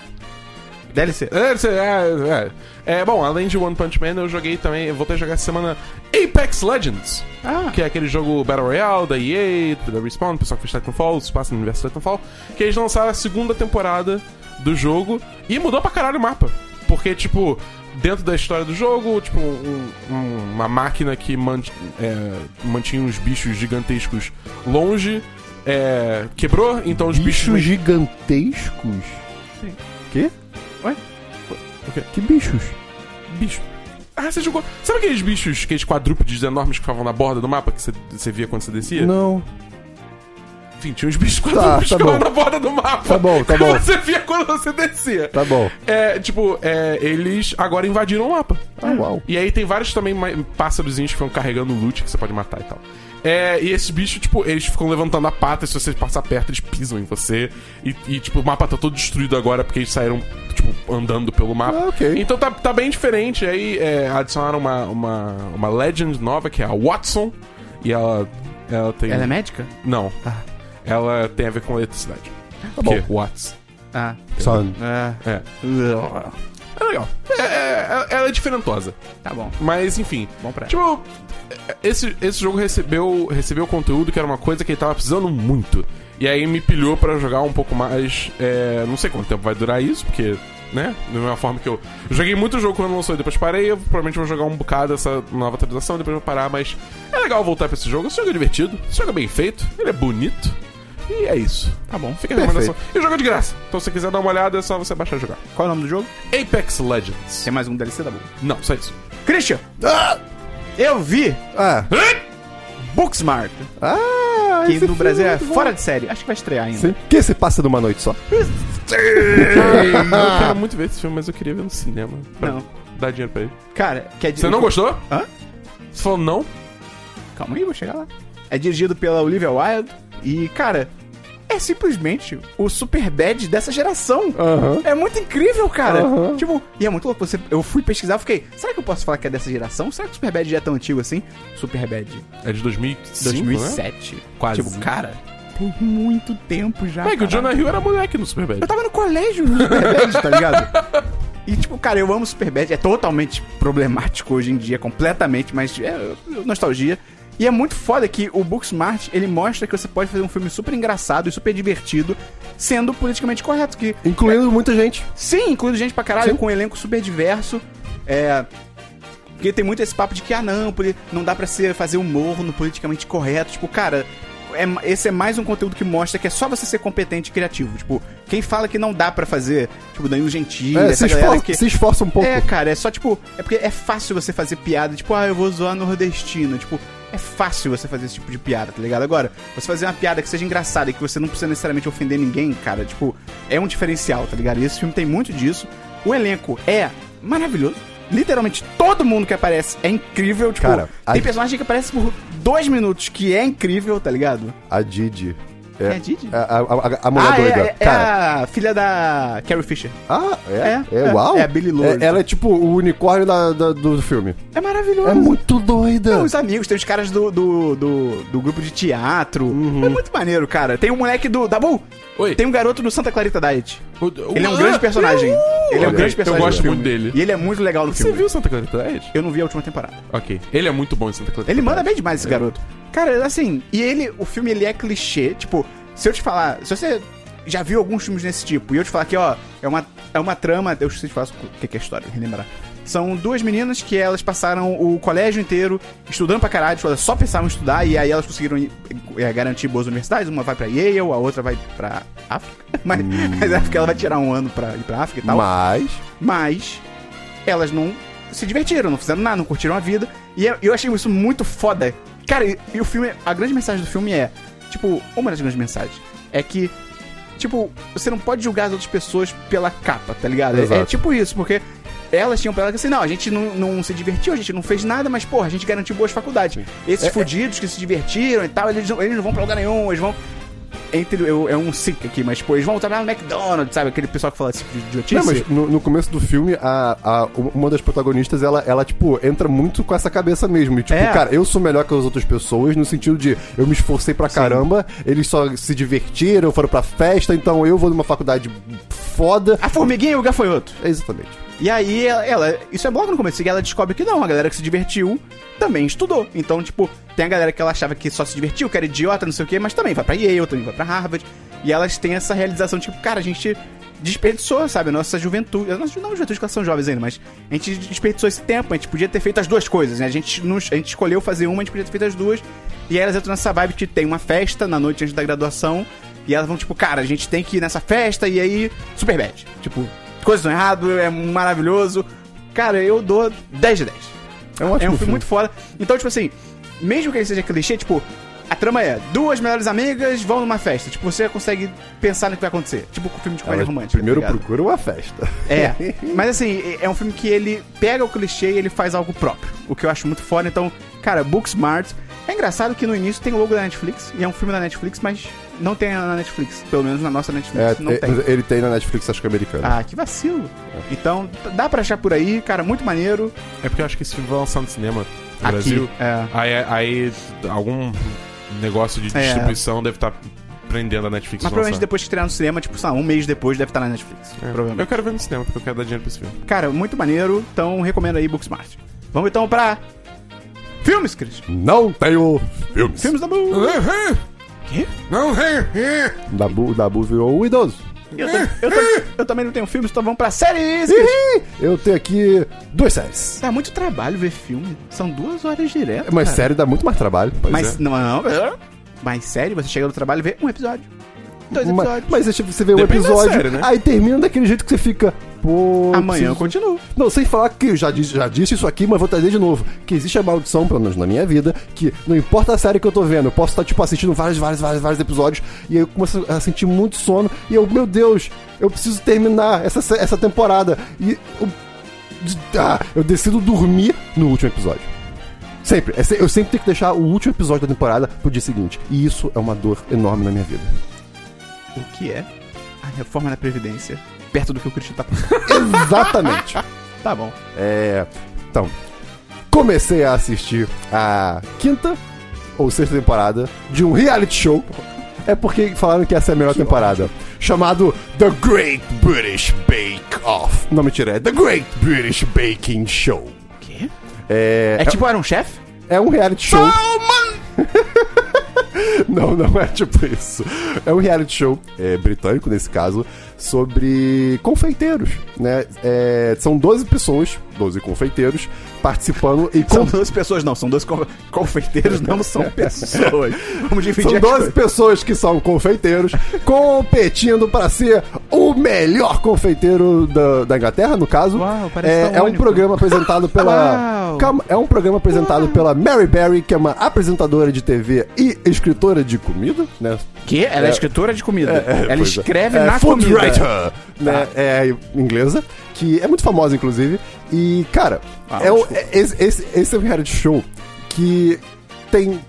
DLC. É, cê- é, é. É, bom, além de One Punch Man, eu joguei também, eu voltei a jogar essa semana Apex Legends, Ah, que é aquele jogo Battle Royale da EA, da Respawn, o pessoal que fez Titanfall, se passa no universo Titanfall, que eles lançaram a segunda temporada do jogo e mudou pra caralho o mapa. Porque, tipo, dentro da história do jogo, tipo, um- um- uma máquina que mant- é, mantinha uns bichos gigantescos longe. é, quebrou, então os bichos. Bichos gigantescos? Sim. Quê? Ué? O quê? Que bichos? Bicho. Ah, você jogou. Sabe aqueles bichos, aqueles quadrúpedes enormes que ficavam na borda do mapa que você, você via quando você descia? Não. Enfim, tinha uns bichos quadrúpedes tá que ficavam bom. na borda do mapa. Tá bom, tá Como bom. Você via [laughs] quando você descia. Tá bom. É, tipo, é, eles agora invadiram o mapa. Ah, uau. E aí tem vários também mai- pássarozinhos que ficam carregando loot que você pode matar e tal. É, e esses bichos, tipo, eles ficam levantando a pata e se você passar perto, eles pisam em você. E, e, tipo, o mapa tá todo destruído agora porque eles saíram, tipo, andando pelo mapa. Ah, ok. Então tá, tá bem diferente. Aí é, adicionaram uma, uma, uma legend nova que é a Watson. E ela, ela tem. ela é médica? Não. Ah. Ela tem a ver com eletricidade. Tá bom. Porque Watts. Ah. Son. ah. É. É legal. É, é- é- ela é diferentosa. Tá bom. Mas, enfim. Bom pra ela. Tipo, esse, esse jogo recebeu, recebeu conteúdo que era uma coisa que ele tava precisando muito. E aí me pilhou pra jogar um pouco mais. é, não sei quanto tempo vai durar isso, porque, né? Da mesma forma que eu. eu joguei muito jogo quando lançou e depois parei. Eu provavelmente vou jogar um bocado essa nova atualização, depois vou parar, mas é legal voltar pra esse jogo. Esse jogo é divertido, esse jogo é bem feito, ele é bonito. E é isso. Tá bom. Fica a recomendação. E o jogo é de graça. Então se você quiser dar uma olhada, é só você baixar e jogar. Qual é o nome do jogo? Apex Legends. Tem mais um DLC, Dabu. Não, só isso. Christian, Ah! eu vi Ah! Booksmart, ah que esse no Brasil filme é muito bom. fora de série. Acho que vai estrear ainda. Sim. Que se passa numa noite só. eu quero muito ver esse filme, mas eu queria ver no cinema. Pra [laughs] Não. dar dinheiro pra ele. Cara, que é di- Você não gostou? Hã? Você falou não? Calma aí, vou chegar lá. É dirigido pela Olivia Wilde e, cara, é simplesmente o super bad dessa geração. Aham. É muito incrível, cara. Aham. Tipo, e é muito louco. Você, eu fui pesquisar, fiquei, será que eu posso falar que é dessa geração? Será que o Superbad já é tão antigo assim? Superbad É de 2005, 2007. 2007. Quase. né? Tipo, cara, tem muito tempo já. É que o caralho. Jonah Hill era moleque no Superbad. Eu tava no colégio no Superbad, tá ligado? E, tipo, cara, eu amo Superbad. É totalmente problemático hoje em dia, completamente, mas é nostalgia. E é muito foda que o Booksmart, ele mostra que você pode fazer um filme super engraçado e super divertido, sendo politicamente correto. Que, Incluindo muita gente. sim, incluindo gente pra caralho, Sim. com um elenco super diverso. É... Porque tem muito esse papo de que, ah, não, poli- não dá pra ser, fazer humor no politicamente correto. Tipo, cara, é ma- esse é mais um conteúdo que mostra que é só você ser competente e criativo. Tipo, quem fala que não dá pra fazer, tipo, Danilo Gentili, É, se, essa galera esforça, que... se esforça um pouco. É, cara, é só tipo. É porque é fácil você fazer piada, tipo, ah, eu vou zoar nordestino. Tipo, é fácil você fazer esse tipo de piada, tá ligado? Agora, você fazer uma piada que seja engraçada e que você não precisa necessariamente ofender ninguém, cara, tipo, é um diferencial, tá ligado? E esse filme tem muito disso. O elenco é maravilhoso. Literalmente todo mundo que aparece é incrível, tipo, Cara, tem a- personagem que aparece por dois minutos que é incrível, tá ligado? A Didi. É a Didi? A, a, a- a mulher ah, é, doida. é- é cara. a filha da Carrie Fisher. Ah, é? É, É, é. uau. É a Billie Lourdes. ela é tipo o unicórnio da- da- do filme. É maravilhoso. É muito doida. Tem os amigos, tem os caras do, do, do, do grupo de teatro. É muito maneiro, cara. Tem um moleque do. Dabu! Oi. Tem um garoto do Santa Clarita Diet. O- Ele é um Ah, grande personagem. Ele é um Olha aí, grande eu personagem. gosto do filme. muito dele. E ele é muito legal no Você filme. viu Santa Clarita Diet? Eu não vi a última temporada. Ok. Ele é muito bom em Santa Clarita Ele manda Diet. bem demais esse garoto. Cara, assim, e ele, o filme ele é clichê, tipo, se eu te falar, se você já viu alguns filmes desse tipo, e eu te falar que, ó, é uma, é uma trama, eu esqueci de falar o que que é a história, relembrar. São duas meninas que elas passaram o colégio inteiro estudando pra caralho, tipo, elas só pensavam em estudar, e aí elas conseguiram eh, garantir boas universidades, uma vai pra Yale, a outra vai pra África, [laughs] mas, mas é porque ela vai tirar um ano pra ir pra África e tal Mas. mas elas não se divertiram, não fizeram nada, não curtiram a vida. E é, eu- eu achei isso muito foda. Cara, e, e o filme, a grande mensagem do filme é, tipo, uma das grandes mensagens é que tipo, você não pode julgar as outras pessoas pela capa, tá ligado? É- É, Exato. tipo isso, porque elas tinham pra ela que assim, não, a gente não, não se divertiu, a gente não fez nada, mas, porra, a gente garantiu boas faculdades. É, Esses fudidos que se divertiram e tal, eles, não- eles não vão pra lugar nenhum, eles vão entre, eu, é um sick aqui, mas, pô, eles vão trabalhar no McDonald's, sabe? Aquele pessoal que fala assim, de idiotice. Não, mas no, no começo do filme, a, a- uma das protagonistas, ela, ela, tipo, entra muito com essa cabeça mesmo. E, tipo, É. cara, eu sou melhor que as outras pessoas, no sentido de eu me esforcei pra caramba, eles só se divertiram, foram pra festa, então eu vou numa faculdade foda. É A formiguinha e o gafanhoto. Exatamente. E aí ela, ela- isso é logo no começo, e ela descobre que não, a galera que se divertiu também estudou. Então, tipo, tem a galera que ela achava que só se divertiu, que era idiota, não sei o quê, mas também vai pra Yale, também vai pra Harvard. E elas têm essa realização, tipo, cara, a gente desperdiçou, sabe, a nossa juventude. a nossa- não a juventude, que elas são jovens ainda, mas a gente desperdiçou esse tempo, a gente podia ter feito as duas coisas, né? A gente, não- a gente escolheu fazer uma, a gente podia ter feito as duas. E aí elas entram nessa vibe que tem uma festa na noite antes da graduação. E elas vão, tipo, cara, a gente tem que ir nessa festa, e aí. Super bad. Tipo, coisas estão errado, é maravilhoso. Cara, eu dou 10 de 10. É um É ótimo um filme filme. muito foda. Então, tipo assim, mesmo que ele seja clichê, tipo, a trama é duas melhores amigas vão numa festa. Tipo, você consegue pensar no que vai acontecer. Tipo, com filme de comédia Ela romântica. primeiro tá ligado? procura [laughs] uma festa. É. [laughs] Mas assim, é um filme que ele pega o clichê e ele faz algo próprio. O que eu acho muito foda. Então, cara, Booksmart. É engraçado que no início tem o logo da Netflix, e é um filme da Netflix, mas não tem na Netflix. Pelo menos na nossa Netflix É, não é, tem. Ele tem na Netflix, acho que é americana. Ah, que vacilo. Então, t- dá pra achar por aí, cara, muito maneiro. É porque eu acho que esse filme vai lançar no cinema no Aqui, Brasil. é. Aí, aí algum negócio de É. distribuição deve estar prendendo a Mas Netflix de lançar. provavelmente depois que estrear no cinema, tipo, sei lá, um mês depois deve estar na Netflix. É. Eu Provavelmente. quero ver no cinema, porque eu quero dar dinheiro pra esse filme. Cara, muito maneiro. Então, recomendo aí Booksmart. Vamos então pra. Filmes, Cris. Não tenho filmes. Filmes da Boom. Quê? Não, Dabu, Dabu virou um idoso. Eu, tam- eu tam- eu também não tenho filmes, então vamos pra séries, Cris. Eu tenho aqui duas séries. Dá muito trabalho ver filme. São duas horas direto. Mas cara. série dá muito mais trabalho. é. Mas não, não, não. Mas sério, você chega no trabalho e vê um episódio. Dois Ma- episódios. Mas, você- você vê um Depende da episódio, série, né? aí termina daquele jeito que você fica. Pô. Amanhã eu preciso- continuo. Não, sem falar que eu já disse, já disse isso aqui, mas vou trazer de novo. Que existe a maldição, pelo menos na minha vida, que não importa a série que eu tô vendo, eu posso estar, tipo, assistindo vários, vários, vários, vários episódios, e aí eu começo a sentir muito sono, e eu, meu Deus, eu preciso terminar essa, sé- essa temporada. E eu, ah, eu decido dormir no último episódio. Sempre. É se- Eu sempre tenho que deixar o último episódio da temporada pro dia seguinte. E isso é uma dor enorme na minha vida. O que é a reforma da Previdência? Perto do que o Cristian tá passando. Exatamente. Tá bom. É. Então, comecei a assistir a quinta ou sexta temporada de um reality show É porque falaram que essa é a melhor temporada. Chamado The Great British Bake Off. Não, mentira, é The Great British Baking Show. Quê? É, É tipo Ah! Iron Chef? é um reality show. [laughs] Não, não é tipo isso. É um reality show é, britânico, nesse caso, sobre confeiteiros, né? É, são 12 pessoas, 12 confeiteiros, participando e... São com- duas pessoas, não. São dois co- confeiteiros, não [laughs] são pessoas. Vamos dividir É. São as 12 coisas. pessoas que são confeiteiros competindo para ser o melhor confeiteiro da, da Inglaterra, no caso. Uau, parece é, tão é um único. programa apresentado pela. [laughs] Uau. Calma, é um programa apresentado pela Mary Berry, que é uma apresentadora de TV e escritora de comida, né? Que? Ela é, escritora de comida. Ela Pois é. escreve É, na food comida. Tá. writer, né? É inglesa, que é muito famosa, inclusive. E, cara, Ah, é, o- desculpa. é- esse, esse, esse é um reality show que tem.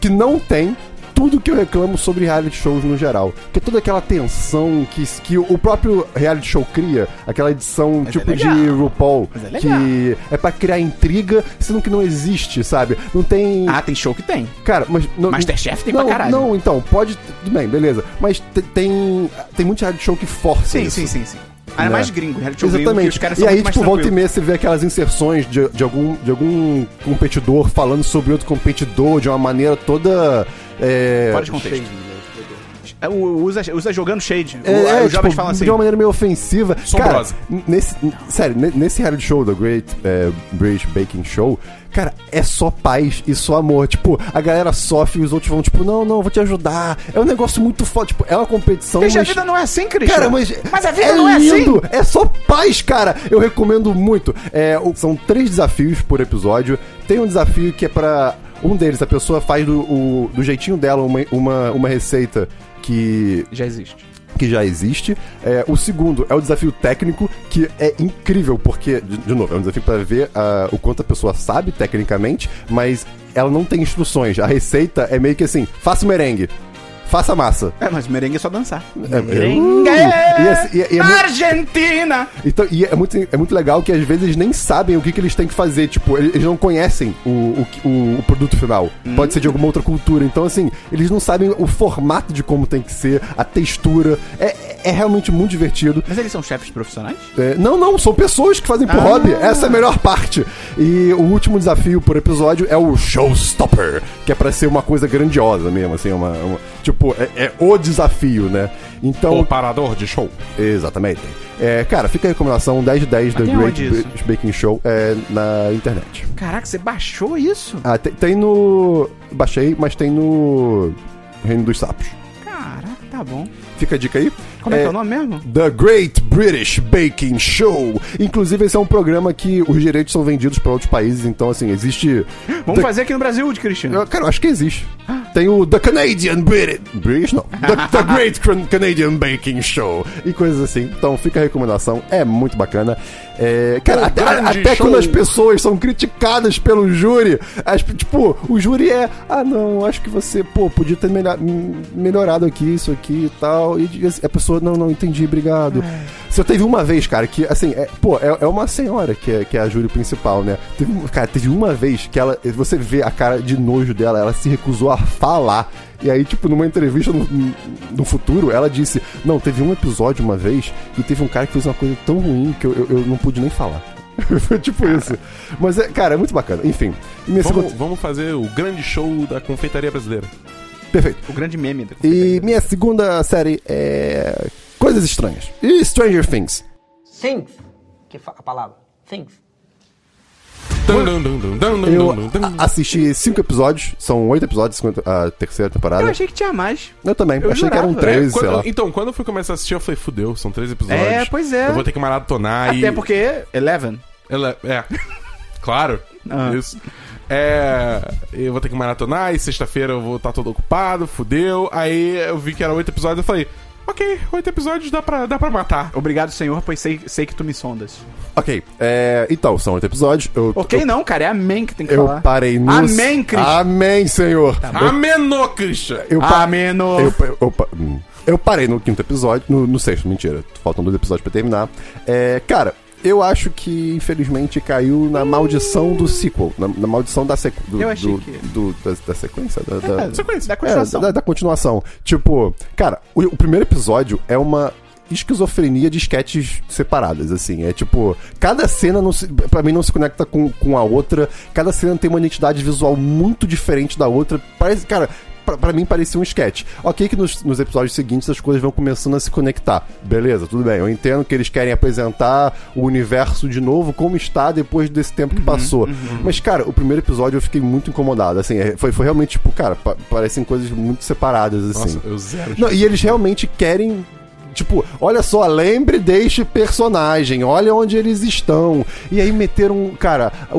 que não tem tudo que eu reclamo sobre reality shows no geral. Que é toda aquela tensão que, que o próprio reality show cria, aquela edição tipo de é legal. RuPaul, Mas é legal. que é pra criar intriga, sendo que não existe, sabe? Não tem. Ah, tem show que tem. Cara, mas. Não, Masterchef tem não, pra caralho. Não, então, pode. Tudo bem, beleza. Mas te- tem. Tem muito reality show que força. Sim, isso. sim, sim, sim. Ah, é Né? mais gringo, reality show gringo, que os Exatamente. caras E são aí, muito mais tipo, volta e tranquilos. meia você vê aquelas inserções de, de algum, de algum competidor falando sobre outro competidor de uma maneira toda. É, Fora de contexto. É, o- usa, usa jogando shade. É, O- é, aí os tipo, jovens falam assim. de uma maneira meio ofensiva. Cara, Sombrosa. n- nesse, n- sério, ne- nesse reality show, The Great eh, British Baking Show, cara, é só paz e só amor. Tipo, a galera sofre e os outros vão, tipo, não, não, vou te ajudar. É um negócio muito foda. Tipo, é uma competição. Christian, a mas- vida não é assim, Christian. Cara, mas, a vida não é assim. é só paz, cara. Eu recomendo muito. É, o- são três desafios por episódio. Tem um desafio que é pra. um deles. A pessoa faz do, o- do jeitinho dela uma, uma, uma receita que Já existe. que já existe. É, o segundo é o desafio técnico, que é incrível, porque, de, de novo, é um desafio para ver ah, o quanto a pessoa sabe tecnicamente, mas ela não tem instruções. A receita é meio que assim: faça o merengue, faça a massa. É, mas merengue é só dançar. É, é- Merengue! Ah! E é- e é- e é muito- Argentina! então, e é muito, é muito legal que às vezes eles nem sabem o que, que eles têm que fazer. Tipo, ele- eles não conhecem o, o, que- o- o produto final. Pode ser de alguma outra cultura. Então, assim, eles não sabem o formato de como tem que ser, a textura. É, é realmente muito divertido. Mas eles são chefes profissionais? É, não, não, são pessoas que fazem por Ah. hobby. Essa é a melhor parte. E o último desafio por episódio é o Showstopper, que é pra ser uma coisa grandiosa mesmo, assim, uma. uma- tipo, é, é o desafio, né? Então. O parador de show. Exatamente. É, cara, fica a recomendação 10 de 10 do tem Great onde isso? British Baking Show é, na internet. Caraca, você baixou isso? Ah, tem, tem no. Baixei, mas tem no. Reino dos Sapos. Caraca, tá bom. Fica a dica aí. Como é, que é o nome mesmo? The Great British Baking Show. Inclusive, esse é um programa que os direitos são vendidos para outros países, então, assim, existe. Vamos The- fazer aqui no Brasil, de Cristiano. Eu- Cara, eu acho que existe. Tem o The Canadian British. British, não. The, The Great Can- Canadian Baking Show. E coisas assim. Então, fica a recomendação. É muito bacana. É, cara, até, grande até show. quando as pessoas são criticadas pelo júri, as- tipo, o júri é. Ah, não, acho que você, pô, podia ter melha- hum, melhorado aqui, isso aqui e tal. E diz- a pessoa, não, não, entendi, obrigado. Só teve uma vez, cara, que, assim, é, pô, é, é uma senhora que é, que é a júri principal, né? Teve, um- cara, teve uma vez que ela. Você vê a cara de nojo dela, ela se recusou a falar. E aí, tipo, numa entrevista no, no futuro, ela disse: Não, teve um episódio uma vez e teve um cara que fez uma coisa tão ruim que eu, eu, eu não pude nem falar. [laughs] Foi tipo isso. Mas, é, cara, é muito bacana. Enfim, minha Vamos, segunda. vamos fazer o grande show da confeitaria brasileira. Perfeito. O grande meme. Da E minha segunda série é. Coisas Estranhas. E Stranger Things. Things, que fa- a palavra, things. Dun, dun, dun, dun, dun, dun, Então, Eu dun, dun. a- assisti cinco episódios, são oito episódios, cinquenta- a terceira temporada. Eu Eu, achei que tinha mais. também, eu achei que eram jurava. É, três, Quando- sei lá. Então, quando eu fui começar a assistir, eu falei, fudeu, são três episódios. É, pois é. Eu vou ter que maratonar e. Até porque... Eleven. Ela, é. claro. Ah. Isso. É. Eu vou ter que maratonar e sexta-feira eu vou estar todo ocupado, fudeu. Aí eu vi que eram oito episódios eu falei, ok, oito episódios dá pra, dá pra matar. Obrigado, senhor, pois sei, sei que tu me sondas. Ok, é, então, são oito episódios. Eu, Ok, não, cara. É amém que tem que eu, falar. eu parei no. Amém, Cristo. Tá. Amém, Senhor. Amenô, Christian! Ah, Eu, pa- Ameno. Eu, pa- eu pa- hum. Eu parei no quinto episódio, no, no sexto, mentira. Faltam dois episódios pra terminar. É, cara, Eu acho que, infelizmente, caiu na maldição do sequel. Na, na maldição da, sequ... do, Eu achei do- que- do- da, da sequência. Da, da- É, sequência. Da É, continuação. da, da continuação. Tipo, cara, o, o primeiro episódio é uma esquizofrenia de sketches separadas, assim. É tipo, cada cena não se, pra mim não se conecta com, com a outra. Cada cena tem uma identidade visual muito diferente da outra. Parece, cara. Pra, pra mim parecia um sketch. Ok, que nos, nos episódios seguintes as coisas vão começando a se conectar. Beleza, tudo bem. Eu entendo que eles querem apresentar o universo de novo, como está depois desse tempo que passou. Mas, cara, o primeiro episódio eu fiquei muito incomodado. Assim, é, foi, foi realmente tipo, cara, pa- parecem coisas muito separadas, assim. Nossa, eu zero. Não, e eles realmente querem. Tipo, olha só, lembre deste personagem, olha onde eles estão. E aí meteram, cara, o-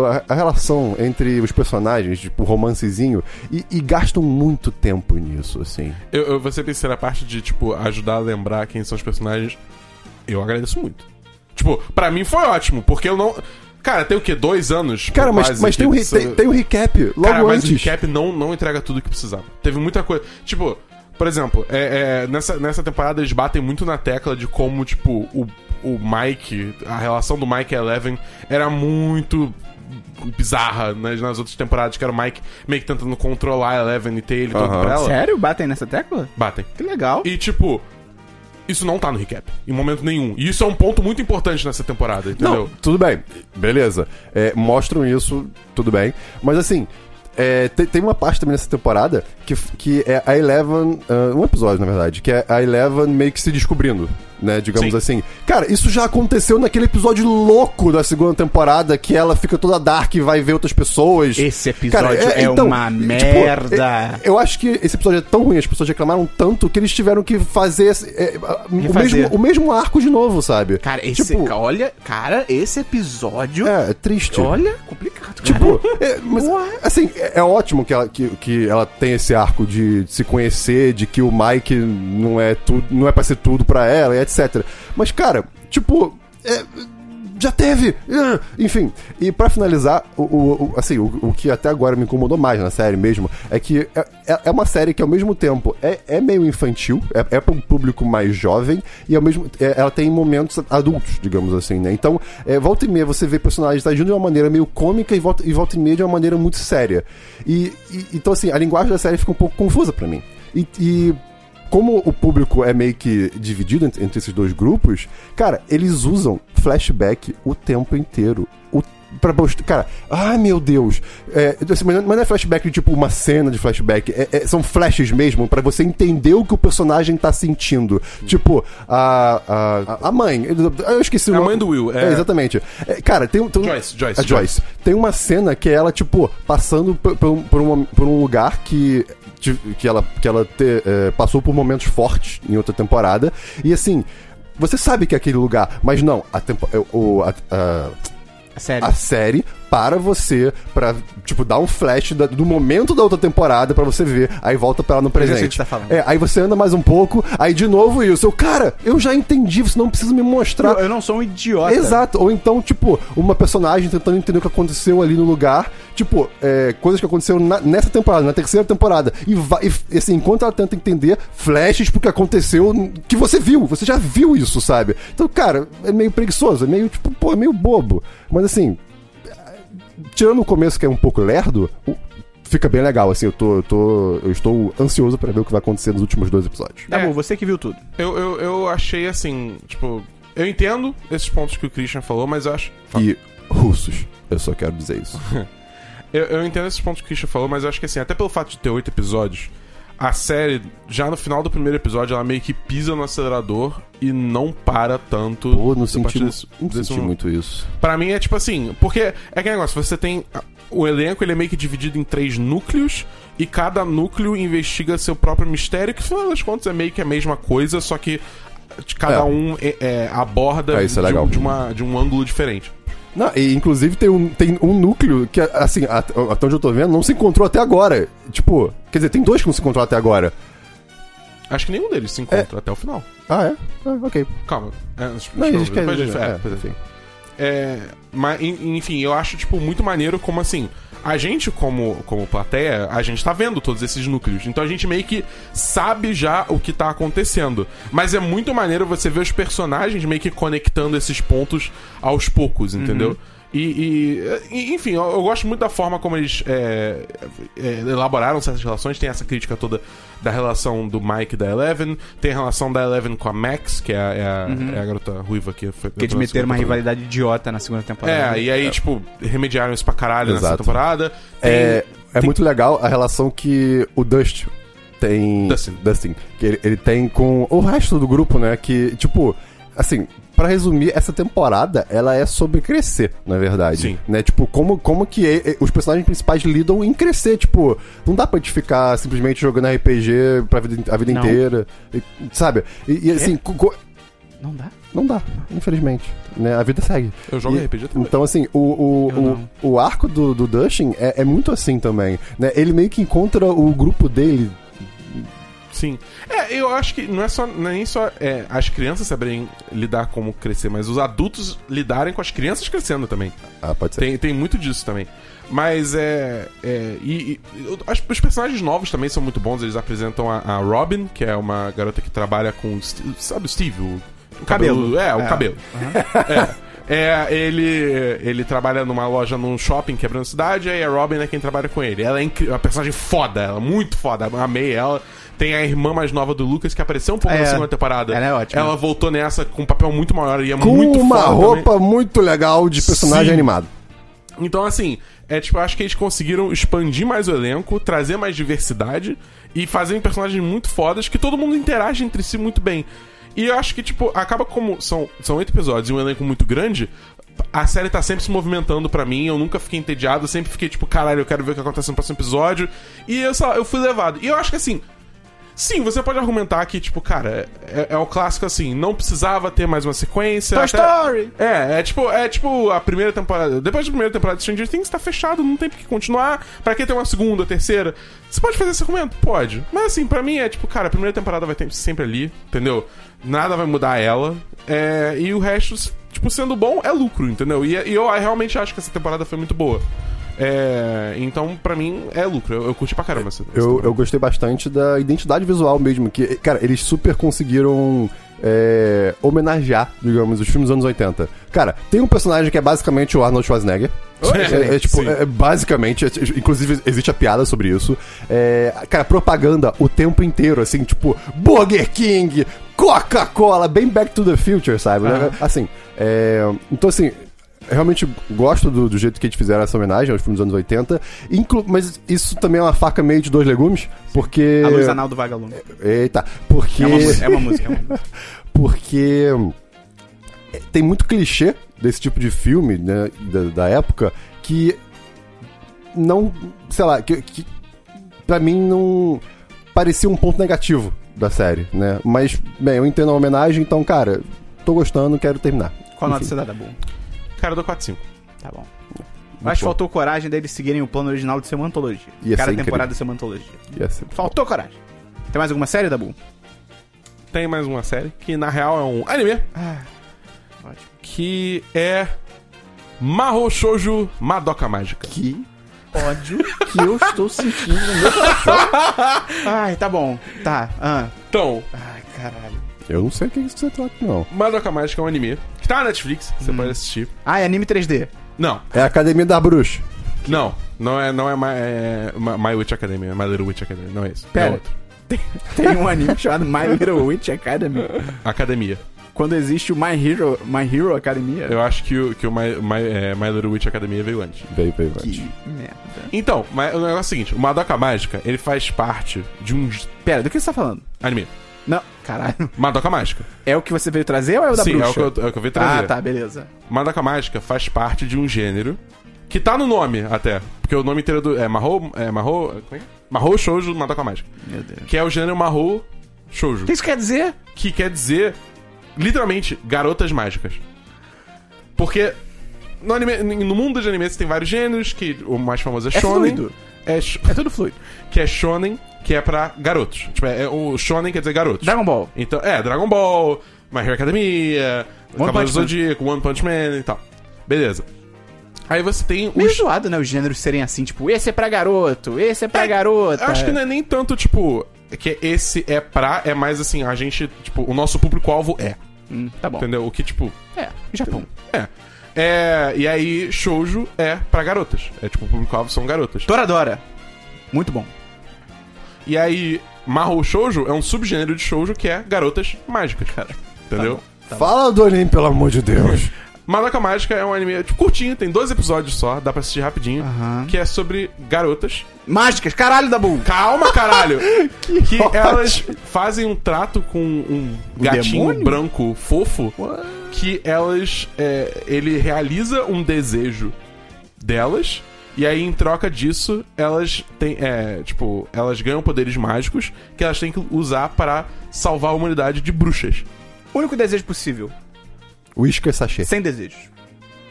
o- a a relação entre os personagens, tipo, romancezinho, e, e gastam muito tempo nisso, assim. Eu, eu vou ser sincero, a parte de, tipo, ajudar a lembrar quem são os personagens, eu agradeço muito. Tipo, pra mim foi ótimo, porque eu não. Cara, tem o quê? Dois anos? Cara, mas, quase, mas que tem, um, re- precisa- tem, tem um recap logo Cara, mas antes. o recap não, não entrega tudo que precisava. Teve muita coisa. Tipo, por exemplo, é- é, nessa, nessa temporada eles batem muito na tecla de como, tipo, o, o Mike, a relação do Mike e a Eleven era muito bizarra nas, nas outras temporadas, que era o Mike meio que tentando controlar a Eleven e ter ele todo Aham. pra ela. Sério? Batem nessa tecla? Batem. Que legal. E, tipo, isso não tá no recap, em momento nenhum. E isso é um ponto muito importante nessa temporada, entendeu? Não, tudo bem, beleza. É, mostram isso, tudo bem. Mas assim, é, te- tem, uma parte também nessa temporada que, f- que é a Eleven. ah, um episódio, na verdade, que é a Eleven meio que se descobrindo, né? Digamos Sim. assim. Cara, isso já aconteceu naquele episódio louco da segunda temporada que ela fica toda dark e vai ver outras pessoas. então, Esse episódio é uma merda. tipo, é- Eu acho que esse episódio é tão ruim, as pessoas reclamaram tanto que eles tiveram que fazer esse- é, o, Refazer. mesmo, o mesmo arco de novo, sabe? Cara, esse. Tipo, Olha, cara, esse episódio. é, é triste. Olha, complicado. Tipo, é, mas, assim, é é ótimo que ela, que, que ela tem esse arco de se conhecer, de que o Mike não é tudo, não é pra ser tudo pra ela, e etc. Mas, cara, tipo, é, já teve! Ah, Enfim, e pra finalizar, o, o- o- assim, o, o que até agora me incomodou mais na série mesmo é que é, é- é uma série que ao mesmo tempo é, é meio infantil, é, é pra um público mais jovem, e ao mesmo é- ela tem momentos adultos, digamos assim, né? Então, é, volta e meia você vê personagens agindo tá? de uma maneira meio cômica e volta, e volta e meia de uma maneira muito séria. E, e- então, assim, a linguagem da série fica um pouco confusa pra mim. E- e como o público é meio que dividido entre, entre esses dois grupos, cara, eles usam flashback o tempo inteiro. O, pra mostrar. Cara, ai meu Deus! É, assim, mas não mas não é flashback de tipo uma cena de flashback. é- é- são flashes mesmo pra você entender o que o personagem tá sentindo. Tipo, a, a- a, a mãe. Eu esqueci o A nome. mãe do Will, é. exatamente. É, cara, tem, um- tem um. Joyce, Joyce, A Joyce. Tem uma cena que é ela, tipo, passando p- por, um- por uma- por um lugar que. de- Que ela, que ela te- eh, passou por momentos fortes em outra temporada. E assim, você sabe que é aquele lugar, mas não, a, tempo, eh, o, a- a- Sério. a série para você, pra, tipo, dar um flash da- do momento da outra temporada pra você ver, aí volta pra ela no sei o que presente. você tá falando. É, aí você anda mais um pouco, aí de novo isso. Eu, cara, eu já entendi, você não precisa me mostrar. Eu, eu não sou um idiota. Exato, ou então, tipo, uma personagem tentando entender o que aconteceu ali no lugar, tipo, é, coisas que aconteceram na- nessa temporada, na terceira temporada, e, vai, e, assim, enquanto ela tenta entender, flashes pro que aconteceu, n- que você viu, você já viu isso, sabe? Então, cara, é meio preguiçoso, é meio, tipo, pô, é meio bobo, mas assim, tirando o começo que é um pouco lerdo, o- fica bem legal, assim, eu tô, eu tô, eu estou ansioso pra ver o que vai acontecer nos últimos dois episódios. Tá bom, É. você que viu tudo. Eu, eu, eu achei assim, tipo. Eu entendo esses pontos que o Christian falou, mas eu acho. E russos, eu só quero dizer isso. Eu, eu entendo esses pontos que o Christian falou, mas eu acho que assim, até pelo fato de ter oito episódios, a série, já no final do primeiro episódio, ela meio que pisa no acelerador e não para tanto. Pô, não a senti, partir desse- não desse um- senti momento. muito isso. Pra mim é tipo assim, porque é aquele negócio, você tem. O elenco ele é meio que dividido em três núcleos, e cada núcleo investiga seu próprio mistério, que no final das contas é meio que a mesma coisa, só que cada É. um é- é, aborda É, isso é de, legal. um- de uma, de um ângulo diferente. Não, e inclusive tem um, tem um núcleo que, assim, at- até onde eu tô vendo, não se encontrou até agora. Tipo, quer dizer, tem dois que não se encontrou até agora. Acho que nenhum deles se encontra até o final. Ah, é? Ah, ok. Calma. É, acho- Não, acho eles que- querem- depois a gente- é, é, pois é. enfim. É, mas, en- enfim, eu acho, tipo, muito maneiro como assim. a gente, como, como plateia, a gente tá vendo todos esses núcleos. Então a gente meio que sabe já o que tá acontecendo. Mas é muito maneiro você ver os personagens meio que conectando esses pontos aos poucos, Uhum. entendeu? E, e- e, enfim, eu, eu gosto muito da forma como eles é, é, elaboraram certas relações. Tem essa crítica toda da relação do Mike e da Eleven, tem a relação da Eleven com a Max, que é a, é a- é a garota ruiva que foi. Porque Uhum. eles meteram entrou na uma segunda temporada. rivalidade idiota na segunda temporada. É, e aí, tipo, remediaram isso pra caralho nessa Exato. temporada. Tem- É, é tem- muito legal a relação que o Dust tem. Dustin. que ele, ele tem com o resto do grupo, né? Que, tipo, assim, pra resumir, essa temporada ela é sobre crescer, na verdade. Sim. Né? Tipo, como, como que é- é- os personagens principais lidam em crescer. Tipo, não dá pra gente ficar simplesmente jogando RPG pra vida, a vida Não. inteira. e- sabe? É. E, e, assim, co- co- Não dá? não dá, infelizmente. Né? A vida segue. Eu jogo E- RPG também. Então, assim, o, Eu o, não. o, o arco do, do Dustin é, é muito assim também. Né? Ele meio que encontra o grupo dele. Sim. É, eu acho que não é só não é nem só é, as crianças saberem lidar como crescer, mas os adultos lidarem com as crianças crescendo também. Ah, pode ser. Tem, tem muito disso também. Mas é. é, e, e- eu- as- os personagens novos também são muito bons. Eles apresentam a, a Robin, que é uma garota que trabalha com. o Ste- Sabe o Steve? O, o Cabelo. É, o É. cabelo. É. É, ele, ele trabalha numa loja num shopping quebrando cidade, aí a Robin é quem trabalha com ele. Ela é incri- uma personagem foda, ela é muito foda, amei ela. Tem a irmã mais nova do Lucas que apareceu um pouco É. na segunda temporada. Ela é ótima. Ela voltou nessa com um papel muito maior e é Com muito uma foda. também. roupa muito legal de personagem Sim. animado. Então, assim, é tipo, eu acho que eles conseguiram expandir mais o elenco, trazer mais diversidade e fazerem personagens muito fodas que todo mundo interage entre si muito bem. E eu acho que, tipo, acaba como são, são oito episódios e um elenco muito grande, a série tá sempre se movimentando pra mim, eu nunca fiquei entediado, eu sempre fiquei tipo, caralho, eu quero ver o que acontece no próximo episódio. E eu, sei lá, eu fui levado. E eu acho que, assim, sim, você pode argumentar que, tipo, cara, é, é o clássico assim, não precisava ter mais uma sequência. Toy até- Story! é, é tipo, é tipo a primeira temporada. Depois da primeira temporada de Stranger Things, tá fechado, não tem por que continuar. Pra que ter uma segunda, terceira? Você pode fazer esse argumento? Pode. Mas assim, pra mim é tipo, cara, a primeira temporada vai ter sempre ali, entendeu? Nada vai mudar ela. É, e o resto, tipo, sendo bom, é lucro, entendeu? E, e eu realmente acho que essa temporada foi muito boa. É, então, pra mim, é lucro. Eu, eu curti pra caramba essa. essa Eu, eu gostei bastante da identidade visual mesmo, que, cara, eles super conseguiram é, homenagear, digamos, os filmes dos anos 80. Cara, tem um personagem que é basicamente o Arnold Schwarzenegger. É, é, tipo, Sim. é, basicamente, é, inclusive existe a piada sobre isso. É, cara, propaganda o tempo inteiro, assim, tipo, Burger King, Coca-Cola, bem Back to the Future, sabe? Assim, é, então assim, realmente gosto do, do jeito que eles fizeram essa homenagem aos filmes dos anos 80, inclu- mas isso também é uma faca meio de dois legumes, porque... A Luiz Analdo Vagalume. É Eita, porque... É uma música, é uma música. É uma música. porque é, tem muito clichê desse tipo de filme, né, da, da época, que não, sei lá, que, que pra mim não parecia um ponto negativo da série, né? Mas, bem, eu entendo a homenagem, então, cara, tô gostando, quero terminar. Qual nota Enfim. você dá da boa? Cara, eu dou 4-5. Tá bom. Mas bom. faltou coragem deles seguirem o plano original de ser uma antologia. Ia Cada ser incrível. temporada ser uma antologia. Ia ser- Faltou coragem. Tem mais alguma série, Dabu? Tem mais uma série que, na real, é um anime. Ótimo. que é Mahou Shoujo Madoka Mágica. Que ódio que eu estou sentindo no meu coração. Ai, tá bom. Tá. Ah. Então, Ai, caralho. Eu não sei o que isso se trata, não. Madoka Mágica é um anime que tá na Netflix, Hum. você pode assistir. Ah, é anime 3D. Não, É a Academia da Bruxa. não, não é, não é, my, é My- My Witch Academia, é My Little Witch Academia, não é isso. Pera. É outro. Tem um [laughs] anime chamado My Hero Witch Academy. Academia. Quando existe o My Hero, My Hero Academia. Eu acho que o, que o my, my, é, My Little Witch Academia veio antes. Veio, veio, Que veio. merda. Então, mas o negócio é o seguinte, o Madoka Mágica, ele faz parte de um j- Pera, do que você tá falando? anime. Não, caralho. Madoka Mágica. É o que você veio trazer ou é o da Sim, é bruxa? o, que eu, é o que eu vi trazer. Ah, tá, beleza. Madoka Mágica faz parte de um gênero que tá no nome até. Porque o nome inteiro do. É Mahou. É Mahou. Como é que é? Mahou Shoujo Madoka Mágica. Meu Deus. Que é o gênero Mahou Shoujo. O que isso quer dizer? Que quer dizer, literalmente, garotas mágicas. Porque. No, anime- no mundo de anime você tem vários gêneros, que o mais famoso é É Shonen. fluido. É, sh- [laughs] É tudo fluido. que é Shonen, que é pra garotos. Tipo, é, é- o Shonen quer dizer garotos. Dragon Ball. Então, é, Dragon Ball, My Hero Academia, One Cavaleiro do Punch Man. Zodíaco, One Punch Man e tal. Beleza. Aí você tem Meio os. zoado, né? Os gêneros serem assim, tipo, esse é pra garoto, esse é pra garota. Eu acho que não é nem tanto, tipo, que esse é pra, é mais assim, a gente, tipo, o nosso público-alvo é. Hum, tá bom. Entendeu? O que, tipo, É, Japão. é. É, e aí, shoujo é pra garotas. É tipo, o público-alvo são garotas. Toradora. Muito bom. E aí, Mahou Shoujo é um subgênero de shoujo que é garotas mágicas, cara. Entendeu? tá Fala do anime, pelo amor de Deus. Madoka Mágica é um anime tipo, curtinho, tem dois episódios só, dá pra assistir rapidinho, Aham. que é sobre garotas. Mágicas, caralho, Dabu. Calma, caralho! que ótimo. elas fazem um trato com um gatinho demônio? branco fofo que elas. é, ele realiza um desejo delas. E aí, em troca disso, elas têm. É, tipo, elas ganham poderes mágicos que elas têm que usar para salvar a humanidade de bruxas. Único desejo possível. Whisky é sachê. Sem desejos.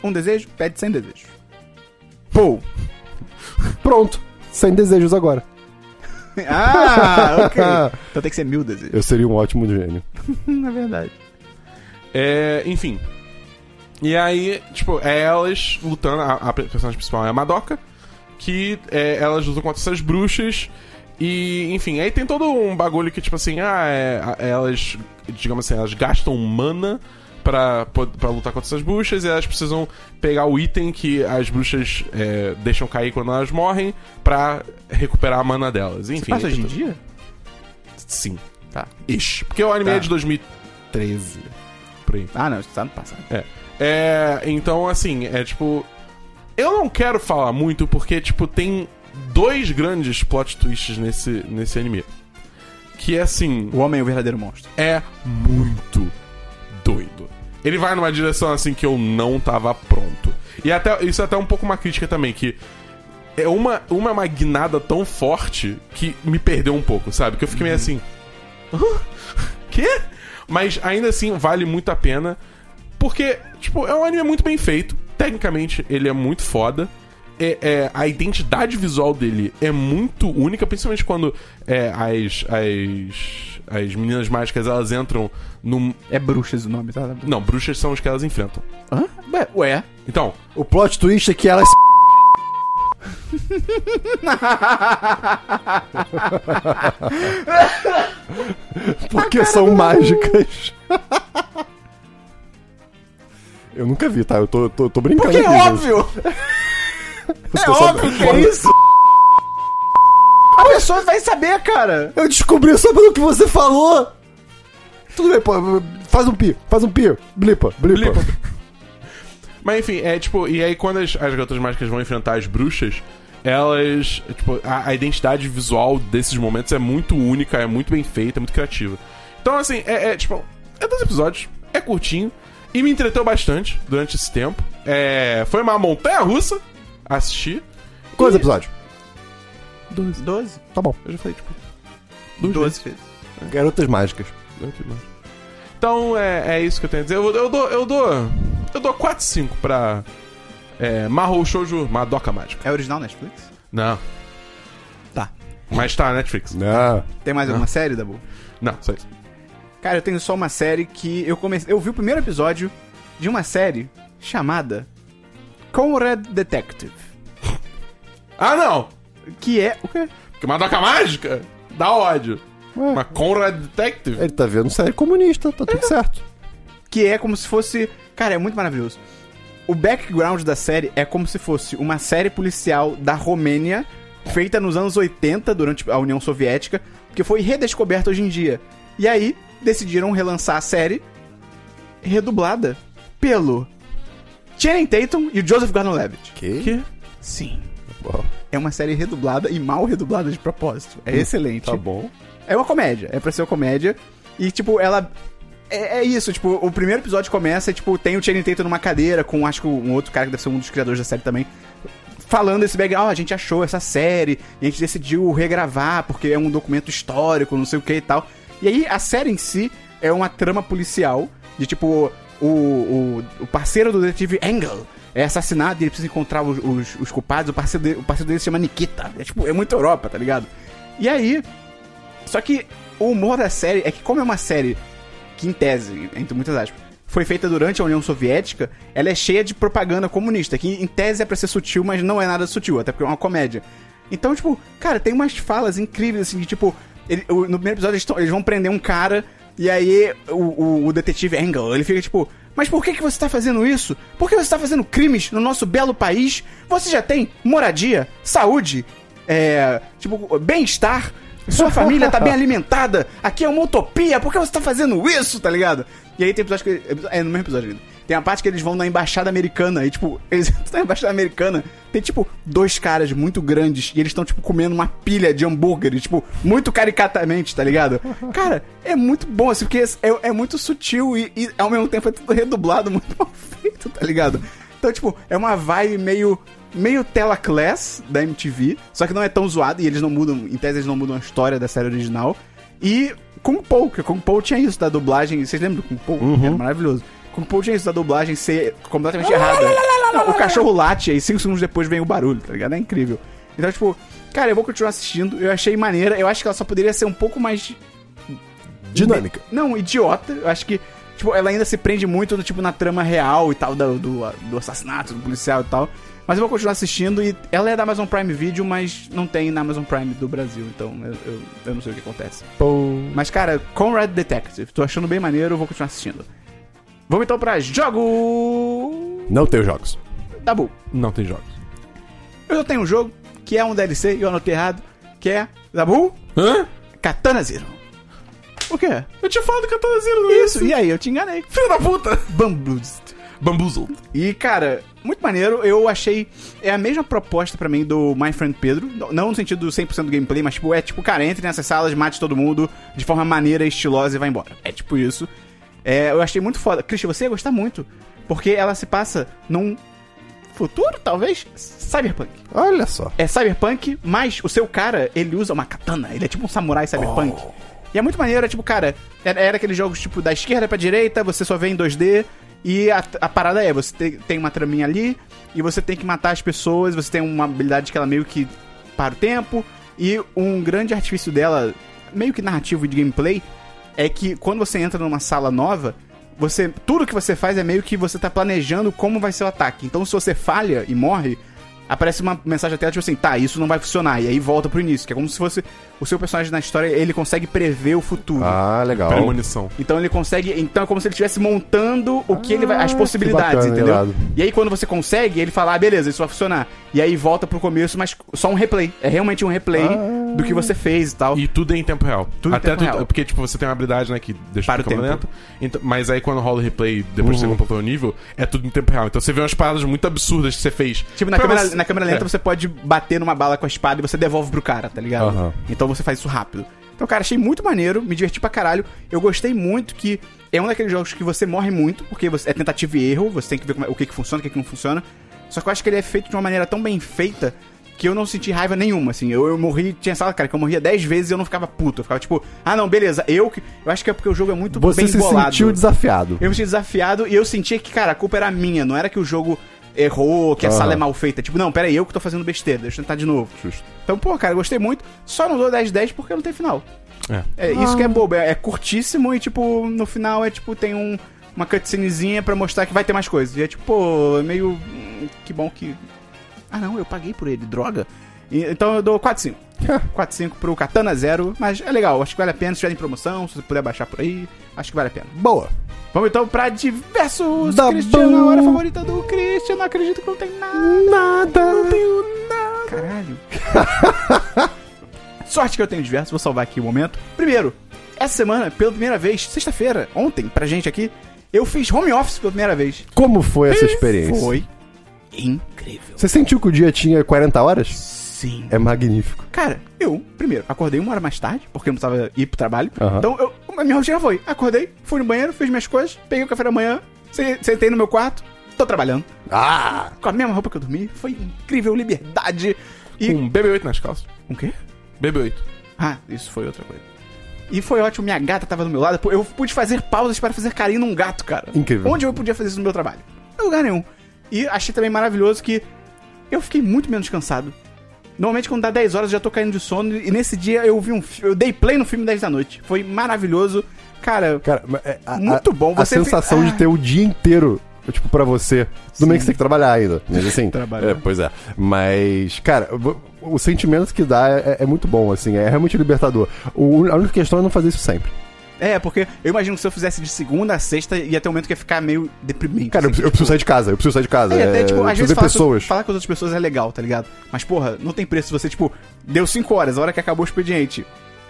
Um desejo, pede sem desejos. Pou. [laughs] Pronto. Sem desejos agora. Ah, [laughs] ok. Então tem que ser mil desejos. Eu seria um ótimo gênio. Hum, Na verdade. É, enfim. E aí, tipo, é elas lutando. A, a personagem principal é a Madoka. Que é, elas lutam contra essas bruxas. E, enfim, aí tem todo um bagulho que, tipo assim, ah, é, a- elas, digamos assim, elas gastam mana pra, po- pra lutar contra essas bruxas. E elas precisam pegar o item que as bruxas é, deixam cair quando elas morrem pra recuperar a mana delas. Enfim. Passa hoje em então- dia? Sim. Tá. Ish. Porque o anime Tá. é de 2013. Por aí. Ah, não, isso tá no passado. É. É, Então, assim, é tipo. Eu não quero falar muito porque, tipo, tem dois grandes plot twists nesse, nesse anime. Que, assim, O homem é o verdadeiro monstro. é muito doido. Ele vai numa direção, assim, que eu não tava pronto. E até, isso é até um pouco uma crítica também, que é uma, uma magnada tão forte que me perdeu um pouco, sabe? Que eu fiquei meio assim. "Hã? [laughs] Quê? Mas ainda assim vale muito a pena. Porque, tipo, é um anime muito bem feito. Tecnicamente, ele é muito foda. É, é, a identidade visual dele é muito única, principalmente quando é, as, as, as meninas mágicas elas entram no. É bruxas o nome, tá? Não, bruxas são os que elas enfrentam. Hã? Ué, ué. Então, O plot twist é que [laughs] elas. Porque são mágicas. Eu nunca vi, tá? Eu tô, tô, tô brincando. Porque é aqui, gente. óbvio! Eu É tô sabendo. óbvio que é isso! A pessoa vai saber, cara! Eu descobri só pelo que você falou. Tudo bem, pô. Faz um pi, faz um pi. Blipa, blipa. Blipa. Mas enfim, é tipo, e aí quando as, as garotas mágicas vão enfrentar as bruxas, elas. Tipo, a, a identidade visual desses momentos é muito única, é muito bem feita, é muito criativa. Então, assim, é, é, tipo, é dois episódios, é curtinho, e me entreteu bastante durante esse tempo. É, foi uma montanha russa assistir. Quantos episódios? Doze. Doze? Tá bom. Eu já falei, tipo. duas Doze vezes. Garotas mágicas. Então é, é isso que eu tenho a dizer. Eu, vou- eu dou. Eu dou. Eu dou 4 5 pra. É, Mahou Shoujo Madoka Mágica. É original Netflix? Não. Tá. Mas tá, Netflix. Não. Tem mais alguma série, Dabu? Não, só isso. Cara, eu tenho só uma série que eu comecei. Eu vi o primeiro episódio de uma série chamada Conrad Detective. Ah, não! Que é. O quê? Porque Madoka Mágica dá ódio. É. Uma Conrad Detective. Ele tá vendo série comunista, tá tudo certo. Que é como se fosse. Cara, é muito maravilhoso. O background da série é como se fosse uma série policial da Romênia, feita nos anos 80, durante a União Soviética, que foi redescoberta hoje em dia. E aí, decidiram relançar a série redublada pelo Channing Tatum e o Joseph Gordon-Levitt. Que? Que? Sim. Bom, É uma série redublada e mal redublada de propósito. É excelente. tá bom. É uma comédia. É pra ser uma comédia. E, tipo, ela. É, é isso, tipo, o primeiro episódio começa e, tipo, tem o Channing Tatum numa cadeira com, acho que um outro cara que deve ser um dos criadores da série também, falando esse background, ó, a gente achou essa série, e a gente decidiu regravar porque é um documento histórico, não sei o que e tal. E aí a série em si é uma trama policial de tipo, o, o, o parceiro do detetive Engel é assassinado e ele precisa encontrar os, os, os culpados, o parceiro, dele, o parceiro dele se chama Nikita. É tipo, é muito Europa, tá ligado? E aí. Só que o humor da série é que, como é uma série que, em tese, entre muitas aspas, foi feita durante a União Soviética, ela é cheia de propaganda comunista, que em tese é pra ser sutil, mas não é nada sutil, até porque é uma comédia. Então, tipo, cara, tem umas falas incríveis, assim, de tipo, ele- o- no primeiro episódio eles, tão- eles vão prender um cara, e aí o, o- o detetive Engel, ele fica tipo, mas por que, que você tá fazendo isso? Por que você tá fazendo crimes no nosso belo país? Você já tem moradia, saúde, é, tipo, bem-estar, sua família tá bem alimentada, aqui é uma utopia, por que você tá fazendo isso, tá ligado? E aí tem episódio que. É, no mesmo episódio ainda. Tem a parte que eles vão na embaixada americana e, tipo, [laughs] eles estão na embaixada americana. Tem, tipo, dois caras muito grandes e eles estão, tipo, comendo uma pilha de hambúrguer, e, tipo, muito caricatamente, tá ligado? Cara, é muito bom, assim, porque é, é muito sutil e, e, ao mesmo tempo, é tudo redublado, muito mal feito, [laughs] tá ligado? Então, tipo, é uma vibe meio. Meio tela class da MTV, só que não é tão zoado e eles não mudam, em tese eles não mudam a história da série original. E Kung Po, que Kung Po tinha isso da dublagem. Vocês lembram do Kung Po? Era maravilhoso. Kung Po tinha isso da dublagem ser completamente errada. Não, o cachorro late e cinco segundos depois vem o barulho, tá ligado? É incrível. Então, tipo, cara, eu vou continuar assistindo. Eu achei maneira. Eu acho que ela só poderia ser um pouco mais Dinâmica. não, idiota. Eu acho que, tipo, ela ainda se prende muito no, tipo, na trama real e tal, do, do, do assassinato do policial e tal. Mas eu vou continuar assistindo e ela é da Amazon Prime Video, mas não tem na Amazon Prime do Brasil, então eu, eu, eu não sei o que acontece. Mas, cara, Conrad Detective, tô achando bem maneiro, vou continuar assistindo. Vamos então pra jogo. Não tem jogos. Dabu. Não tem jogos. Eu tenho um jogo que é um DLC, e eu anotei errado, que é. Dabu? Hã? Katana Zero. O quê? Eu tinha falado que eu tô zero é Isso, e aí, eu te enganei. Filho da puta! Bamboozled. Bambuzo. E, cara, muito maneiro. Eu achei. É a mesma proposta pra mim do My Friend Pedro. Não no sentido do 100% do gameplay, mas, tipo, é tipo, cara, entre nessas salas, mate todo mundo de forma maneira, estilosa e vai embora. É tipo isso. É, eu achei muito foda. Christian, você ia gostar muito. Porque ela se passa num futuro, talvez? Cyberpunk. Olha só. É cyberpunk, mas o seu cara, ele usa uma katana. Ele é tipo um samurai cyberpunk. E é muito maneiro, é tipo, cara, era, era aqueles jogos tipo da esquerda pra direita, você só vê em 2D. E a, a parada é, você tem, tem uma traminha ali, e você tem que matar as pessoas, você tem uma habilidade que ela meio que para o tempo. E um grande artifício dela, meio que narrativo e de gameplay, é que quando você entra numa sala nova, você tudo que você faz é meio que você tá planejando como vai ser o ataque. Então se você falha e morre, aparece uma mensagem até tipo assim, tá, isso não vai funcionar. E aí volta pro início, que é como se fosse o seu personagem na história, ele consegue prever o futuro. Ah, legal. um Premonição. Então ele consegue. Então é como se ele estivesse montando o que ele vai. As Ah, possibilidades, que bacana, entendeu? irado. E aí quando você consegue, ele fala, ah, beleza, isso vai funcionar. E aí volta pro começo, mas só um replay. É realmente um replay Ah. do que você fez e tal. E tudo é em tempo real. Tudo em Até tempo tu- real. Porque, tipo, você tem uma habilidade, né, que deixa Para o tudo tempo. Uhum. lento. Então- mas aí quando rola o replay, depois que você completou o nível, é tudo em tempo real. Então você vê umas paradas muito absurdas que você fez. Tipo, na Pra câmera, você- na câmera lenta É. você pode bater numa bala com a espada e você devolve pro cara, tá ligado? Aham. Então você faz isso rápido. Então, cara, achei muito maneiro, me diverti pra caralho. Eu gostei muito que é um daqueles jogos que você morre muito, porque você- é tentativa e erro, você tem que ver como é- o que, que funciona, o que, que não funciona. Só que eu acho que ele é feito de uma maneira tão bem feita que eu não senti raiva nenhuma, assim. Eu, eu morri, tinha sala, cara, que eu morria 10 vezes e eu não ficava puto. Eu ficava tipo, ah não, beleza, eu que. Eu acho que é porque o jogo é muito Você bem se bolado. sentiu desafiado. Eu me senti desafiado e eu sentia que, cara, a culpa era minha, não era que o jogo errou, que a Aham. sala é mal feita. Tipo, não, pera aí, eu que tô fazendo besteira, deixa eu tentar de novo. Justo. Então, pô, cara, eu gostei muito, só não dou 10-10 porque não tem final. É. É isso que é bobo, é, é curtíssimo e, tipo, no final é tipo, tem um, uma cutscenezinha pra mostrar que vai ter mais coisas. E é tipo, pô, é meio. hum, Que bom que. Ah não, eu paguei por ele, droga. E- então eu dou 4-5. [laughs] 4-5 pro Katana Zero, mas é legal, acho que vale a pena, se tiver em promoção, se você puder baixar por aí, acho que vale a pena. Boa. Vamos então pra diversos Dabu. Cristiano, a hora favorita do Christian. Não acredito que não tem nada. Nada. Não tenho nada. Caralho. [laughs] Sorte que eu tenho diversos, vou salvar aqui o momento. Primeiro, essa semana, pela primeira vez, sexta-feira, ontem, pra gente aqui, eu fiz home office pela primeira vez. Como foi essa experiência? Foi incrível. Você sentiu que o dia tinha 40 horas? Sim. É magnífico. Cara, eu, primeiro, acordei uma hora mais tarde, porque eu não precisava ir pro trabalho. Aham. Então, eu, a minha rotina foi: acordei, fui no banheiro, fiz minhas coisas, peguei o café da manhã, se- sentei no meu quarto, tô trabalhando. Ah! com a mesma roupa que eu dormi. Foi incrível, liberdade. E. Um BB-8 nas calças. Um quê? BB-8. Ah, isso foi outra coisa. E foi ótimo, minha gata tava do meu lado. pô, Eu pude fazer pausas para fazer carinho num gato, cara. Incrível. Onde eu podia fazer isso no meu trabalho? Em lugar nenhum. E achei também maravilhoso que eu fiquei muito menos cansado. Normalmente quando dá 10 horas eu já tô caindo de sono. E nesse dia eu vi um fi- Eu dei play no filme 10 da noite. Foi maravilhoso. Cara, Cara, mas é, a, Muito a- bom, A você fi- sensação Ah. de ter o dia inteiro, tipo, pra você. Tudo bem que você tem que trabalhar ainda. Mas assim. Trabalhar. é, pois é. Mas, cara, o, o sentimento que dá é, é muito bom, assim. É realmente libertador. O- a única questão é não fazer isso sempre. é, porque eu imagino que se eu fizesse de segunda a sexta, ia ter um momento que ia ficar meio deprimente. Cara, eu, assim, preciso- eu preciso sair de casa. Eu preciso sair de casa. É, até, é, tipo, eu às preciso vezes ver falar, pessoas. Com, falar com as outras pessoas é legal, tá ligado? Mas, porra, não tem preço você, tipo, deu 5 horas, a hora que acabou o expediente.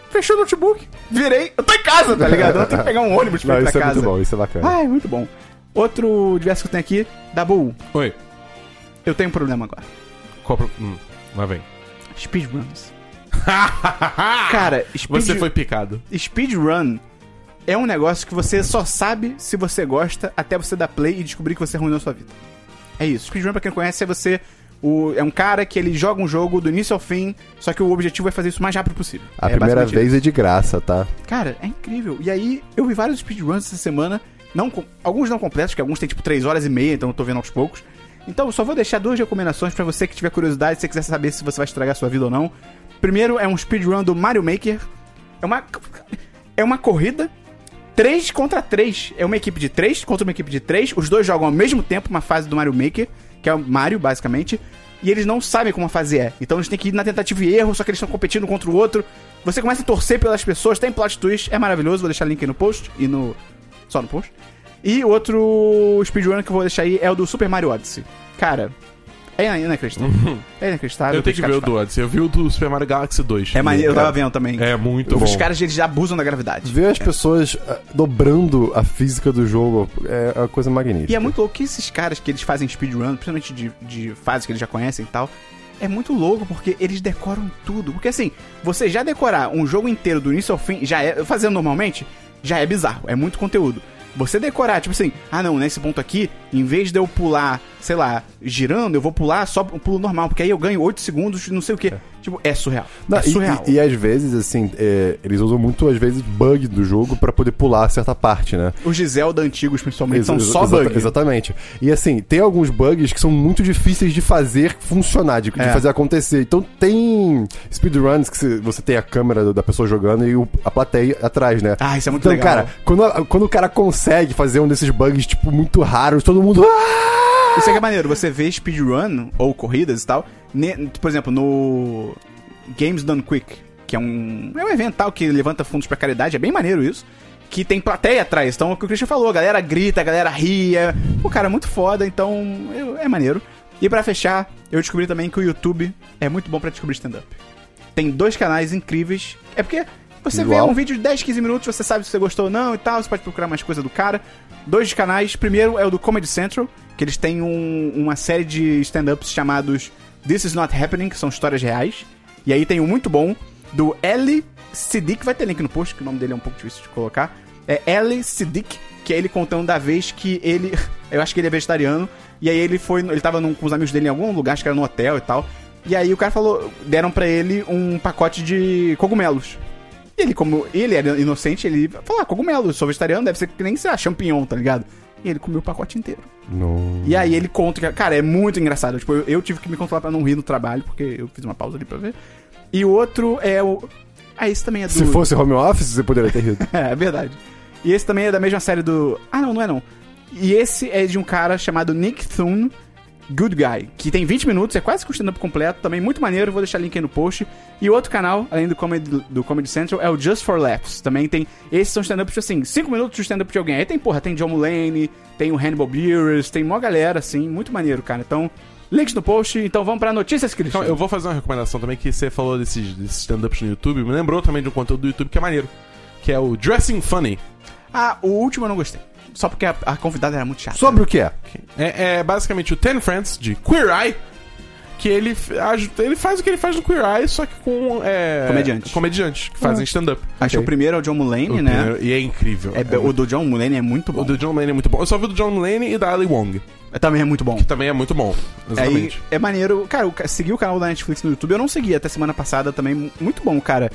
Fechou o notebook, virei, eu tô em casa, tá ligado? Eu não tenho que pegar um ônibus pra Não, ir pra isso é casa. Ah, muito bom, isso é bacana. Ai, muito bom. Outro diverso que eu tenho aqui, Dabu, Oi. eu tenho um problema agora. Qual pro- hum, [laughs] lá vem. [laughs] Speedruns. Cara, speed, Você foi picado. speedrun é um negócio que você só sabe se você gosta até você dar play e descobrir que você arruinou sua vida. É isso. Speedrun, pra quem não conhece, é você. o- é um cara que ele joga um jogo do início ao fim, só que o objetivo é fazer isso o mais rápido possível. A É primeira basicamente vez é de graça, tá? Cara, é incrível. E aí, eu vi vários speedruns essa semana. Não, com- alguns não completos, que alguns tem tipo 3 horas e meia, então eu tô vendo aos poucos. Então, eu só vou deixar duas recomendações pra você que tiver curiosidade, se você quiser saber se você vai estragar sua vida ou não. Primeiro é um speedrun do Mario Maker. É uma é uma corrida 3 contra 3. É uma equipe de 3 contra uma equipe de 3. Os dois jogam ao mesmo tempo uma fase do Mario Maker, que é o Mario, basicamente. E eles não sabem como a fase é. Então eles têm que ir na tentativa e erro, só que eles estão competindo um contra o outro. Você começa a torcer pelas pessoas, tem plot twist, é maravilhoso. Vou deixar o link aí no post e no. Só no post. E outro speedrun que eu vou deixar aí é o do Super Mario Odyssey. Cara, é [laughs] inacreditável. É inacreditável. eu tenho que ver o do Odyssey. Eu vi o do Super Mario Galaxy 2. É, mas eu tava vendo também. É muito Os bom. caras, eles abusam da gravidade. Ver as pessoas ah, dobrando a física do jogo é uma coisa magnífica. E é muito louco que esses caras que eles fazem speedrun, principalmente de, de fases que eles já conhecem e tal, é muito louco porque eles decoram tudo. Porque assim, você já decorar um jogo inteiro do início ao fim, já é. Fazendo normalmente, já é bizarro, é muito conteúdo. Você decorar, tipo assim, ah não, nesse ponto aqui, em vez de eu pular, sei lá, girando, eu vou pular só um pulo normal, porque aí eu ganho 8 segundos, não sei o quê. Tipo, é surreal. Não, é e- surreal. E, e às vezes, assim, é, eles usam muito, às vezes, bug do jogo pra poder pular certa parte, né? Os de Zelda antigos, principalmente, são Ex- Então só exata- bugs. Exatamente. E assim, tem alguns bugs que são muito difíceis de fazer funcionar, de, de É. fazer acontecer. Então tem speedruns que se- você tem a câmera do- da pessoa jogando e o- a plateia atrás, né? Ah, isso é muito então, legal. cara, quando, a- quando o cara consegue fazer um desses bugs, tipo, muito raros, todo mundo. "Ah!" Isso é que é maneiro, você vê speedrun ou corridas e tal, ne- por exemplo, no Games Done Quick, que é um, é um evento tal que levanta fundos pra caridade, é bem maneiro isso, que tem plateia atrás, então é o que o Christian falou, a galera grita, a galera ria, o cara é muito foda, então eu- é maneiro. E pra fechar, eu descobri também que o YouTube é muito bom pra descobrir stand-up. Tem dois canais incríveis, é porque você vê Igual. um vídeo de 10, 15 minutos, você sabe se você gostou ou não e tal, você pode procurar mais coisa do cara. Dois canais, primeiro é o do Comedy Central, que eles têm um- uma série de stand-ups chamados This Is Not Happening, que são histórias reais. E aí tem um muito bom do L. Siddiq, vai ter link no post, que o nome dele é um pouco difícil de colocar. É L. Siddiq, que é ele contando da vez que ele. [laughs] Eu acho que ele é vegetariano. E aí ele foi. Ele tava num- com os amigos dele em algum lugar, acho que era no hotel e tal. E aí o cara falou. Deram pra ele um pacote de cogumelos. E ele, como ele era inocente, ele falou: ah, cogumelo, eu sou vegetariano, deve ser que nem, sei lá, champignon, tá ligado? E ele comeu o pacote inteiro. Não. E aí ele conta que. Cara, é muito engraçado. Tipo, eu, eu tive que me controlar pra não rir no trabalho, porque eu fiz uma pausa ali pra ver. E o outro é o. Ah, esse também é do. Se fosse home office, você poderia ter rido. [laughs] É, é verdade. E esse também é da mesma série do. Ah, não, não é não. E esse é de um cara chamado Nick Thune, Good Guy, que tem 20 minutos, é quase que um stand-up completo, também muito maneiro, vou deixar link aí no post. E outro canal, além do Comedy, do Comedy Central, é o Just for Laughs. Também tem. Esses são stand-ups, assim, 5 minutos de stand-up de alguém. Aí tem, porra, tem John Mulaney, tem o Hannibal Buress, tem mó galera, assim, muito maneiro, cara. Então, links no post, então vamos pra notícias, Christian. Então, eu vou fazer uma recomendação também que você falou desses, desses stand-ups no YouTube. Me lembrou também de um conteúdo do YouTube que é maneiro. Que é o Dressing Funny. Ah, o último eu não gostei. Só porque a, a convidada era muito chata. Sobre o que é? É, é basicamente o Ten Friends de Queer Eye. Que ele, f- aj- ele faz o que ele faz no Queer Eye, só que com. É, Comediantes. Comediantes que fazem stand-up. Acho que o primeiro é o John Mulaney, O Ah. né? primeiro- E é incrível. É, o do John Mulaney é muito bom. O do John Lane é muito bom. Eu só vi o do John Lane e da Ali Wong. Também é muito bom. Também é muito bom. Aí, Exatamente. é maneiro. Cara, eu segui o canal da Netflix no YouTube. Eu não segui até semana passada também. mu- Muito bom, cara.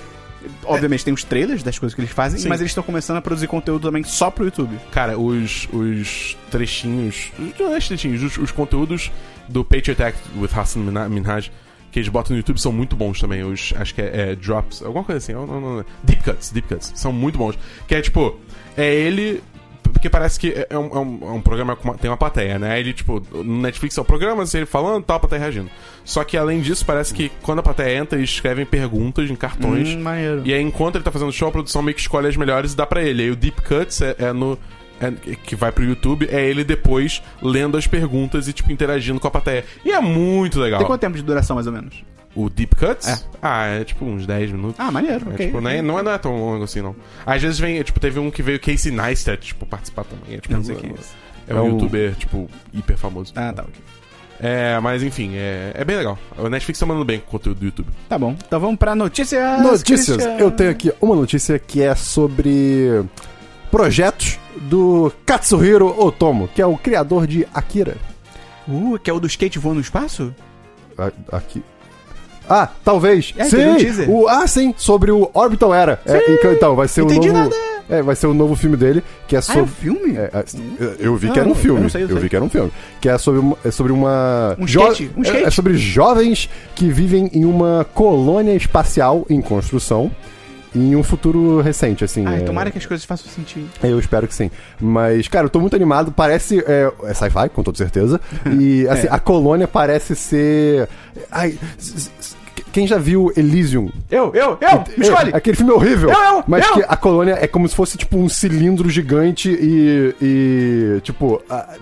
Obviamente tem os trailers das coisas que eles fazem, Sim. mas eles estão começando a produzir conteúdo também só pro YouTube. Cara, os, os trechinhos. Não é os trechinhos, os, os conteúdos do Patriot Act with Hassan Mina- Minhaj. que eles botam no YouTube são muito bons também. Os, acho que é, é Drops, alguma coisa assim. eu não- não- não- Deep Cuts, Deep Cuts. São muito bons. Que é tipo, é ele. Porque parece que é é um, é um- é um programa que tem uma plateia, né? Ele, tipo, no Netflix é o programa, assim, ele falando tal, a plateia reagindo. Só que além disso, parece que quando a plateia entra, eles escrevem perguntas em cartões. Hum, maneiro. E aí, enquanto ele tá fazendo show, a produção meio que escolhe as melhores e dá pra ele. Aí o Deep Cuts é, é no. é- que vai pro YouTube, é ele depois lendo as perguntas e, tipo, interagindo com a plateia. E é muito legal. Tem quanto tempo de duração, mais ou menos? O Deep Cuts? É. Ah, é tipo uns 10 minutos. Ah, maneiro, É, ok. tipo, né? não, é, não é tão longo assim, não. Às vezes vem, é, tipo, teve um que veio Casey Neistat, tipo, participar também. É, tipo, Não sei um- quem é esse. é um É o- youtuber, tipo, hiper famoso. Ah, tá, ok. É, mas enfim, é, é bem legal. O Netflix tá mandando bem com o conteúdo do YouTube. Tá bom. Então vamos pra notícias. Notícias. Christian. Eu tenho aqui uma notícia que é sobre projetos do Katsuhiro Otomo, que é o criador de Akira. Uh, que é o do skate voando no espaço? A- aqui. Ah, talvez. É, teve um sim. teaser. o, ah, sim, sobre o Orbital Era. É, e- então, vai ser Entendi o novo. nada. É, vai ser o novo filme dele, que é Ah, é um sobre filme? é, é, eu- eu vi Ah, que era eu um não- filme. eu Eu, não sei, eu sei. vi que era um filme. Que é sobre uma. É sobre uma Um jo- skate, um é- skate. É, sobre jovens que vivem em uma colônia espacial em construção. Em um futuro recente, assim. Ai, é- tomara que as coisas façam sentido. eu espero que sim. Mas, cara, eu tô muito animado. Parece. É, é sci-fi, com [laughs] toda certeza. E, É. assim, a colônia parece ser. Ai. s- s- s- Quem já viu Elysium? Eu, eu, eu! Me escolhe! É, aquele filme horrível. Eu, eu, mas eu. que a colônia é como se fosse, tipo, um cilindro gigante e. e tipo. a-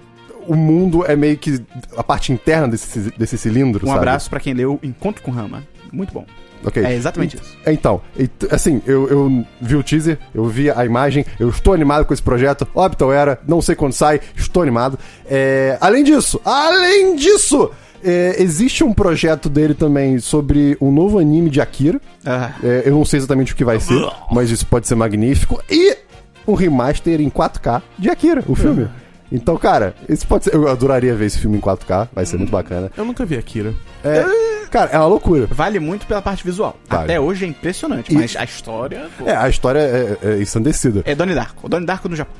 o mundo é meio que a parte interna desse, desse cilindro, Um sabe? abraço pra quem leu Encontro com Rama. Muito bom. Ok. É exatamente isso. É, Então, e t- assim, eu, eu vi o teaser, eu vi a imagem, eu estou animado com esse projeto. Orbital era, não sei quando sai, estou animado. É, além disso, além disso, é, existe um projeto dele também sobre um novo anime de Akira. Ah. É, eu não sei exatamente o que vai ser, mas isso pode ser magnífico. E um remaster em 4K de Akira, o filme. É. Então, cara, isso pode ser. Eu adoraria ver esse filme em 4K, vai ser muito bacana. Eu nunca vi Akira. É, cara, é uma loucura. Vale muito pela parte visual. Vale. Até hoje é impressionante, E- mas a história. pô, É, a história é, é ensandecida. É Donnie Darko. Donnie Darko no Japão.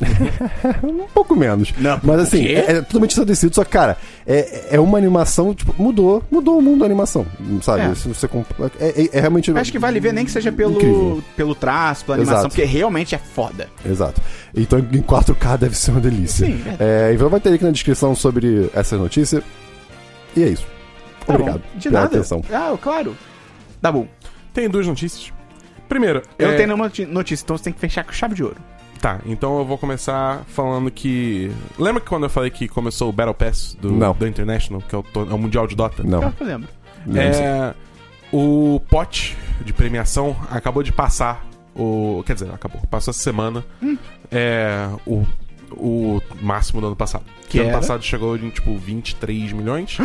Um pouco menos. Não, Mas assim, o quê? é, é totalmente estabelecido. Só que, cara, é, é uma animação, tipo, mudou, mudou o mundo da animação. Sabe? É. Se você compra- é, é- é realmente. Acho que vale ver nem que seja pelo, Incrível. pelo traço, pela animação, Exato. porque realmente é foda. Exato. Então em 4K deve ser uma delícia. Sim, é, Então vai ter aqui na descrição sobre essa notícia. E é isso. Tá Obrigado. bom. De pela nada. atenção. Ah, claro. Tá bom. Tem duas notícias. Primeiro, Eu é- não tenho nenhuma noti- notícia, então você tem que fechar com chave de ouro. Tá, então eu vou começar falando que. Lembra que quando eu falei que começou o Battle Pass do, Não. do International, que é o, to- é o Mundial de Dota? Não. Eu lembro. não sei. É, o pote de premiação acabou de passar o. Quer dizer, acabou. Passou essa semana. Hum. É. O, o máximo do ano passado. Que ano era? passado chegou em tipo 23 milhões.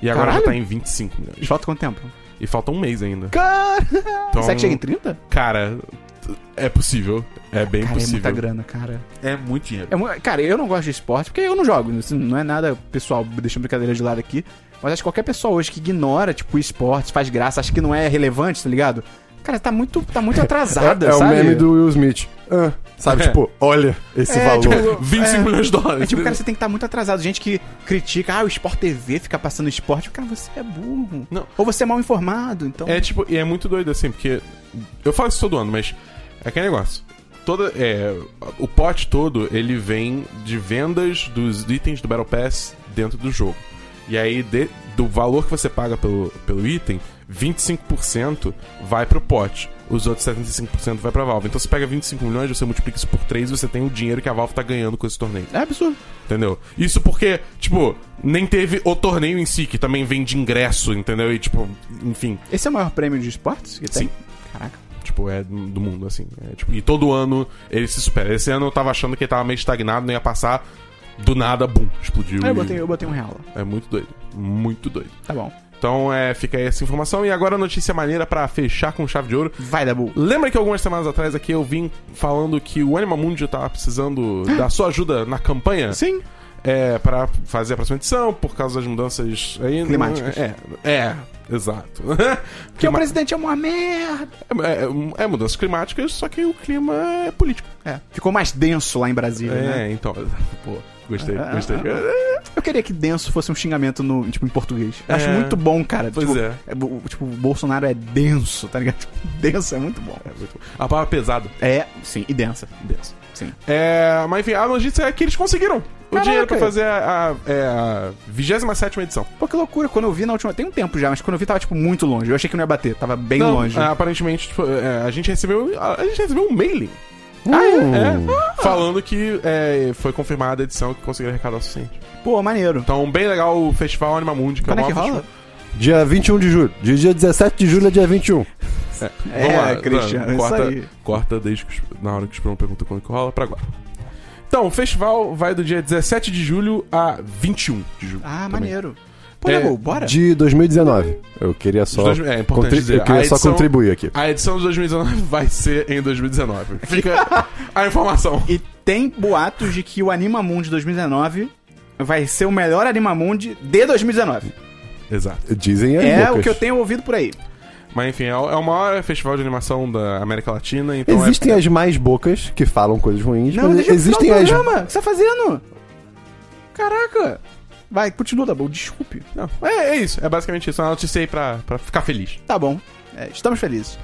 e agora [gasps] Caralho! já tá em 25 milhões. Falta quanto tempo? E falta um mês ainda. Cara! Então, Será que chega em 30? Cara, t- é possível. É bem Cara, é possível. muita grana, cara. É muito dinheiro. É mu- cara, eu não gosto de esporte porque eu não jogo. Isso não é nada pessoal, deixando brincadeira de lado aqui. Mas acho que qualquer pessoa hoje que ignora, tipo, esportes, faz graça, acha que não é relevante, tá ligado? Cara, tá muito, tá muito atrasada, É, é o sabe? meme do Will Smith. Ah, sabe, É. tipo, olha esse É, valor. tipo, 25 É. milhões de dólares. É tipo, cara, você tem que estar muito atrasado. Gente que critica, ah, o Sport TV fica passando esporte. Cara, você é burro. Não. Ou você é mal informado, então. É tipo, e é muito doido assim, porque. Eu falo isso todo ano, mas. É aquele negócio. Toda, é, o pote todo ele vem de vendas dos itens do Battle Pass dentro do jogo. E aí, de- do valor que você paga pelo, pelo item, 25% vai pro pote. Os outros 75% vai pra Valve. Então você pega 25 milhões, você multiplica isso por 3 e você tem o dinheiro que a Valve tá ganhando com esse torneio. É absurdo. Entendeu? Isso porque, tipo, nem teve o torneio em si, que também vem de ingresso, entendeu? E, tipo, enfim. Esse é o maior prêmio de esportes que tem? Sim. Caraca. Tipo, é do do mundo, assim. É, tipo, e todo ano ele se supera. Esse ano eu tava achando que ele tava meio estagnado, não ia passar. Do nada, bum, explodiu. Ah, eu e- botei, eu botei um real lá. É muito doido. Muito doido. Tá bom. Então, é, fica aí essa informação. E agora a notícia maneira pra fechar com chave de ouro. Vai, Dabu. Lembra que algumas semanas atrás aqui eu vim falando que o Animal Mundi tava [gasps] precisando da sua ajuda na campanha? Sim. é, para fazer a próxima edição, por causa das mudanças aí. Climáticas. É, é, exato. [laughs] Que o Clima- presidente é uma merda. é, é, é mudanças climáticas, só que o clima é político. É. Ficou mais denso lá em Brasília, né? [laughs] É, então. Pô, gostei, gostei. Eu queria que denso fosse um xingamento no, tipo, em português. Eu acho É. muito bom, cara. Pois tipo, é. bo- Tipo, Bolsonaro é denso, tá ligado? Tipo, denso é muito bom. A palavra pesada. É, sim, e densa. Densa. Sim. É, mas enfim, a notícia é que eles conseguiram o Caraca. dinheiro pra fazer a, a, é, a 27 edição. Pô, que loucura. Quando eu vi na última. Tem um tempo já, mas quando eu vi tava, tipo, muito longe. Eu achei que não ah, ia bater. Tava bem Não, longe. é, aparentemente, tipo, é, a gente recebeu. A, a gente recebeu um mailing. Uh. Hum. É, falando que é, foi confirmada a edição que conseguiram arrecadar o suficiente. Pô, maneiro. Então, bem legal o festival Anima Mundi, que Quando é é o que maior rola? Dia 21 de julho. De dia 17 de julho a dia 21. festival. É, Christian, Dan, é isso corta, aí. corta desde que, os- na hora que o Esperão pergunta quando que rola pra agora. Então, o festival vai do dia 17 de julho a 21 de julho. Ah, também. maneiro. Pô, É, Dabu, bora. De 2019. Eu queria só. Os dois- é importante contri- dizer, Eu queria a só edição- contribuir aqui. A edição de 2019 [laughs] vai ser em 2019. Fica [laughs] a informação. E tem boatos de que o Animamundi 2019 vai ser o melhor Animamundi de 2019. Exato. Dizem aí, É Lucas. o que eu tenho ouvido por aí. Mas enfim, é o, é o maior festival de animação da América Latina, então é- Existem as mais bocas que falam coisas ruins, Não, mas deixa eu existem final as. do programa. O que você tá fazendo? Caraca. Vai, continua, Dabu. Desculpe. Não, é, é isso, é basicamente isso. É uma notícia aí pra, pra ficar feliz. Tá bom. É, estamos felizes.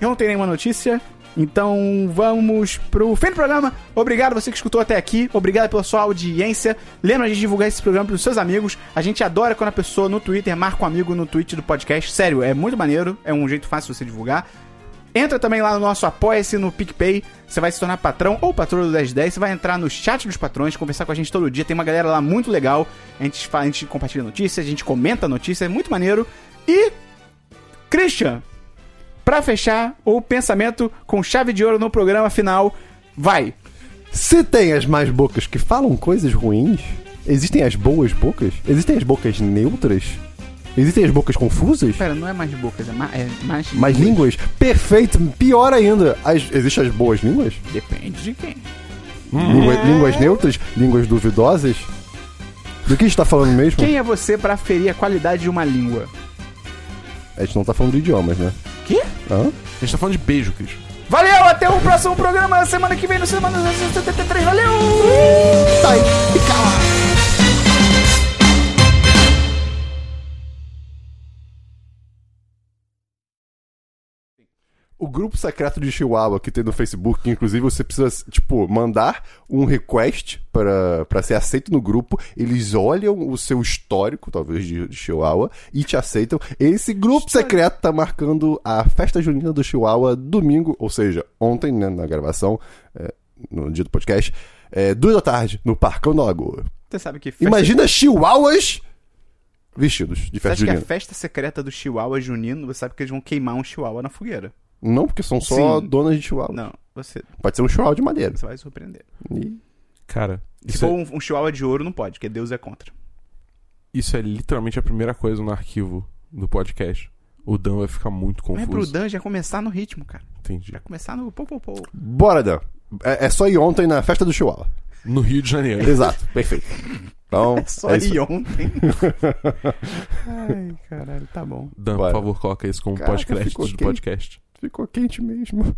Eu não tenho nenhuma notícia. Então vamos pro fim do programa. Obrigado você que escutou até aqui. Obrigado pela sua audiência. Lembra de divulgar esse programa pros seus amigos. A gente adora quando a pessoa no Twitter marca um amigo no tweet do podcast. Sério, é muito maneiro. É um jeito fácil de você divulgar. Entra também lá no nosso Apoia-se no PicPay. Você vai se tornar patrão ou patroa do 1010. Você vai entrar no chat dos patrões, conversar com a gente todo dia. Tem uma galera lá muito legal. A gente, fa- a gente compartilha notícias, a gente comenta notícias. É muito maneiro. E Christian, pra fechar o pensamento com chave de ouro no programa final, vai. Se tem as mais bocas que falam coisas ruins, existem as boas bocas? Existem as bocas neutras? Existem as bocas confusas? Pera, não é mais bocas, é mais. Mais línguas? Perfeito! Pior ainda, as- existem as boas línguas? Depende de quem. Língua- línguas neutras? Línguas duvidosas? Do que a gente tá falando mesmo? Quem é você pra ferir a qualidade de uma língua? A gente não tá falando de idiomas, né? Quê? Hã? A gente tá falando de beijo, Cris. Valeu, até o próximo programa, semana que vem, no Semana 73. Valeu! Tá aí. Fica lá. O grupo secreto de Chihuahua que tem no Facebook, que inclusive você precisa, tipo, mandar um request pra pra ser aceito no grupo. Eles olham o seu histórico, talvez, de, de Chihuahua e te aceitam. Esse grupo secreto tá marcando a festa junina do Chihuahua domingo, ou seja, ontem, né, na gravação, é, no dia do podcast, é, duas da tarde, no Parcão da Lagoa. Você sabe que festa... Imagina Chihuahuas vestidos de Você festa acha que a junina. festa secreta do Chihuahua Junino, você sabe que eles vão queimar um Chihuahua na fogueira. Não, porque são só Sim. donas de Chihuahua. Não, você, Pode ser um Chihuahua de madeira. você vai se surpreender. E- Cara, Se isso, for é, um, um Chihuahua de ouro, não pode, porque Deus é contra. isso é literalmente a primeira coisa no arquivo do podcast. O Dan vai ficar muito Não é confuso. pro Dan já começar no ritmo, cara. Entendi. Já começar no pô, pô, pô. Bora, Dan. É, é só ir ontem na festa do Chihuahua. No Rio de Janeiro. Exato, perfeito. Então, é Só isso. aí [laughs] ontem. Ai, caralho, tá bom. Dan, Bora. por favor, coloca isso como Caraca, pós-crédito ficou do quente. podcast. Ficou quente mesmo.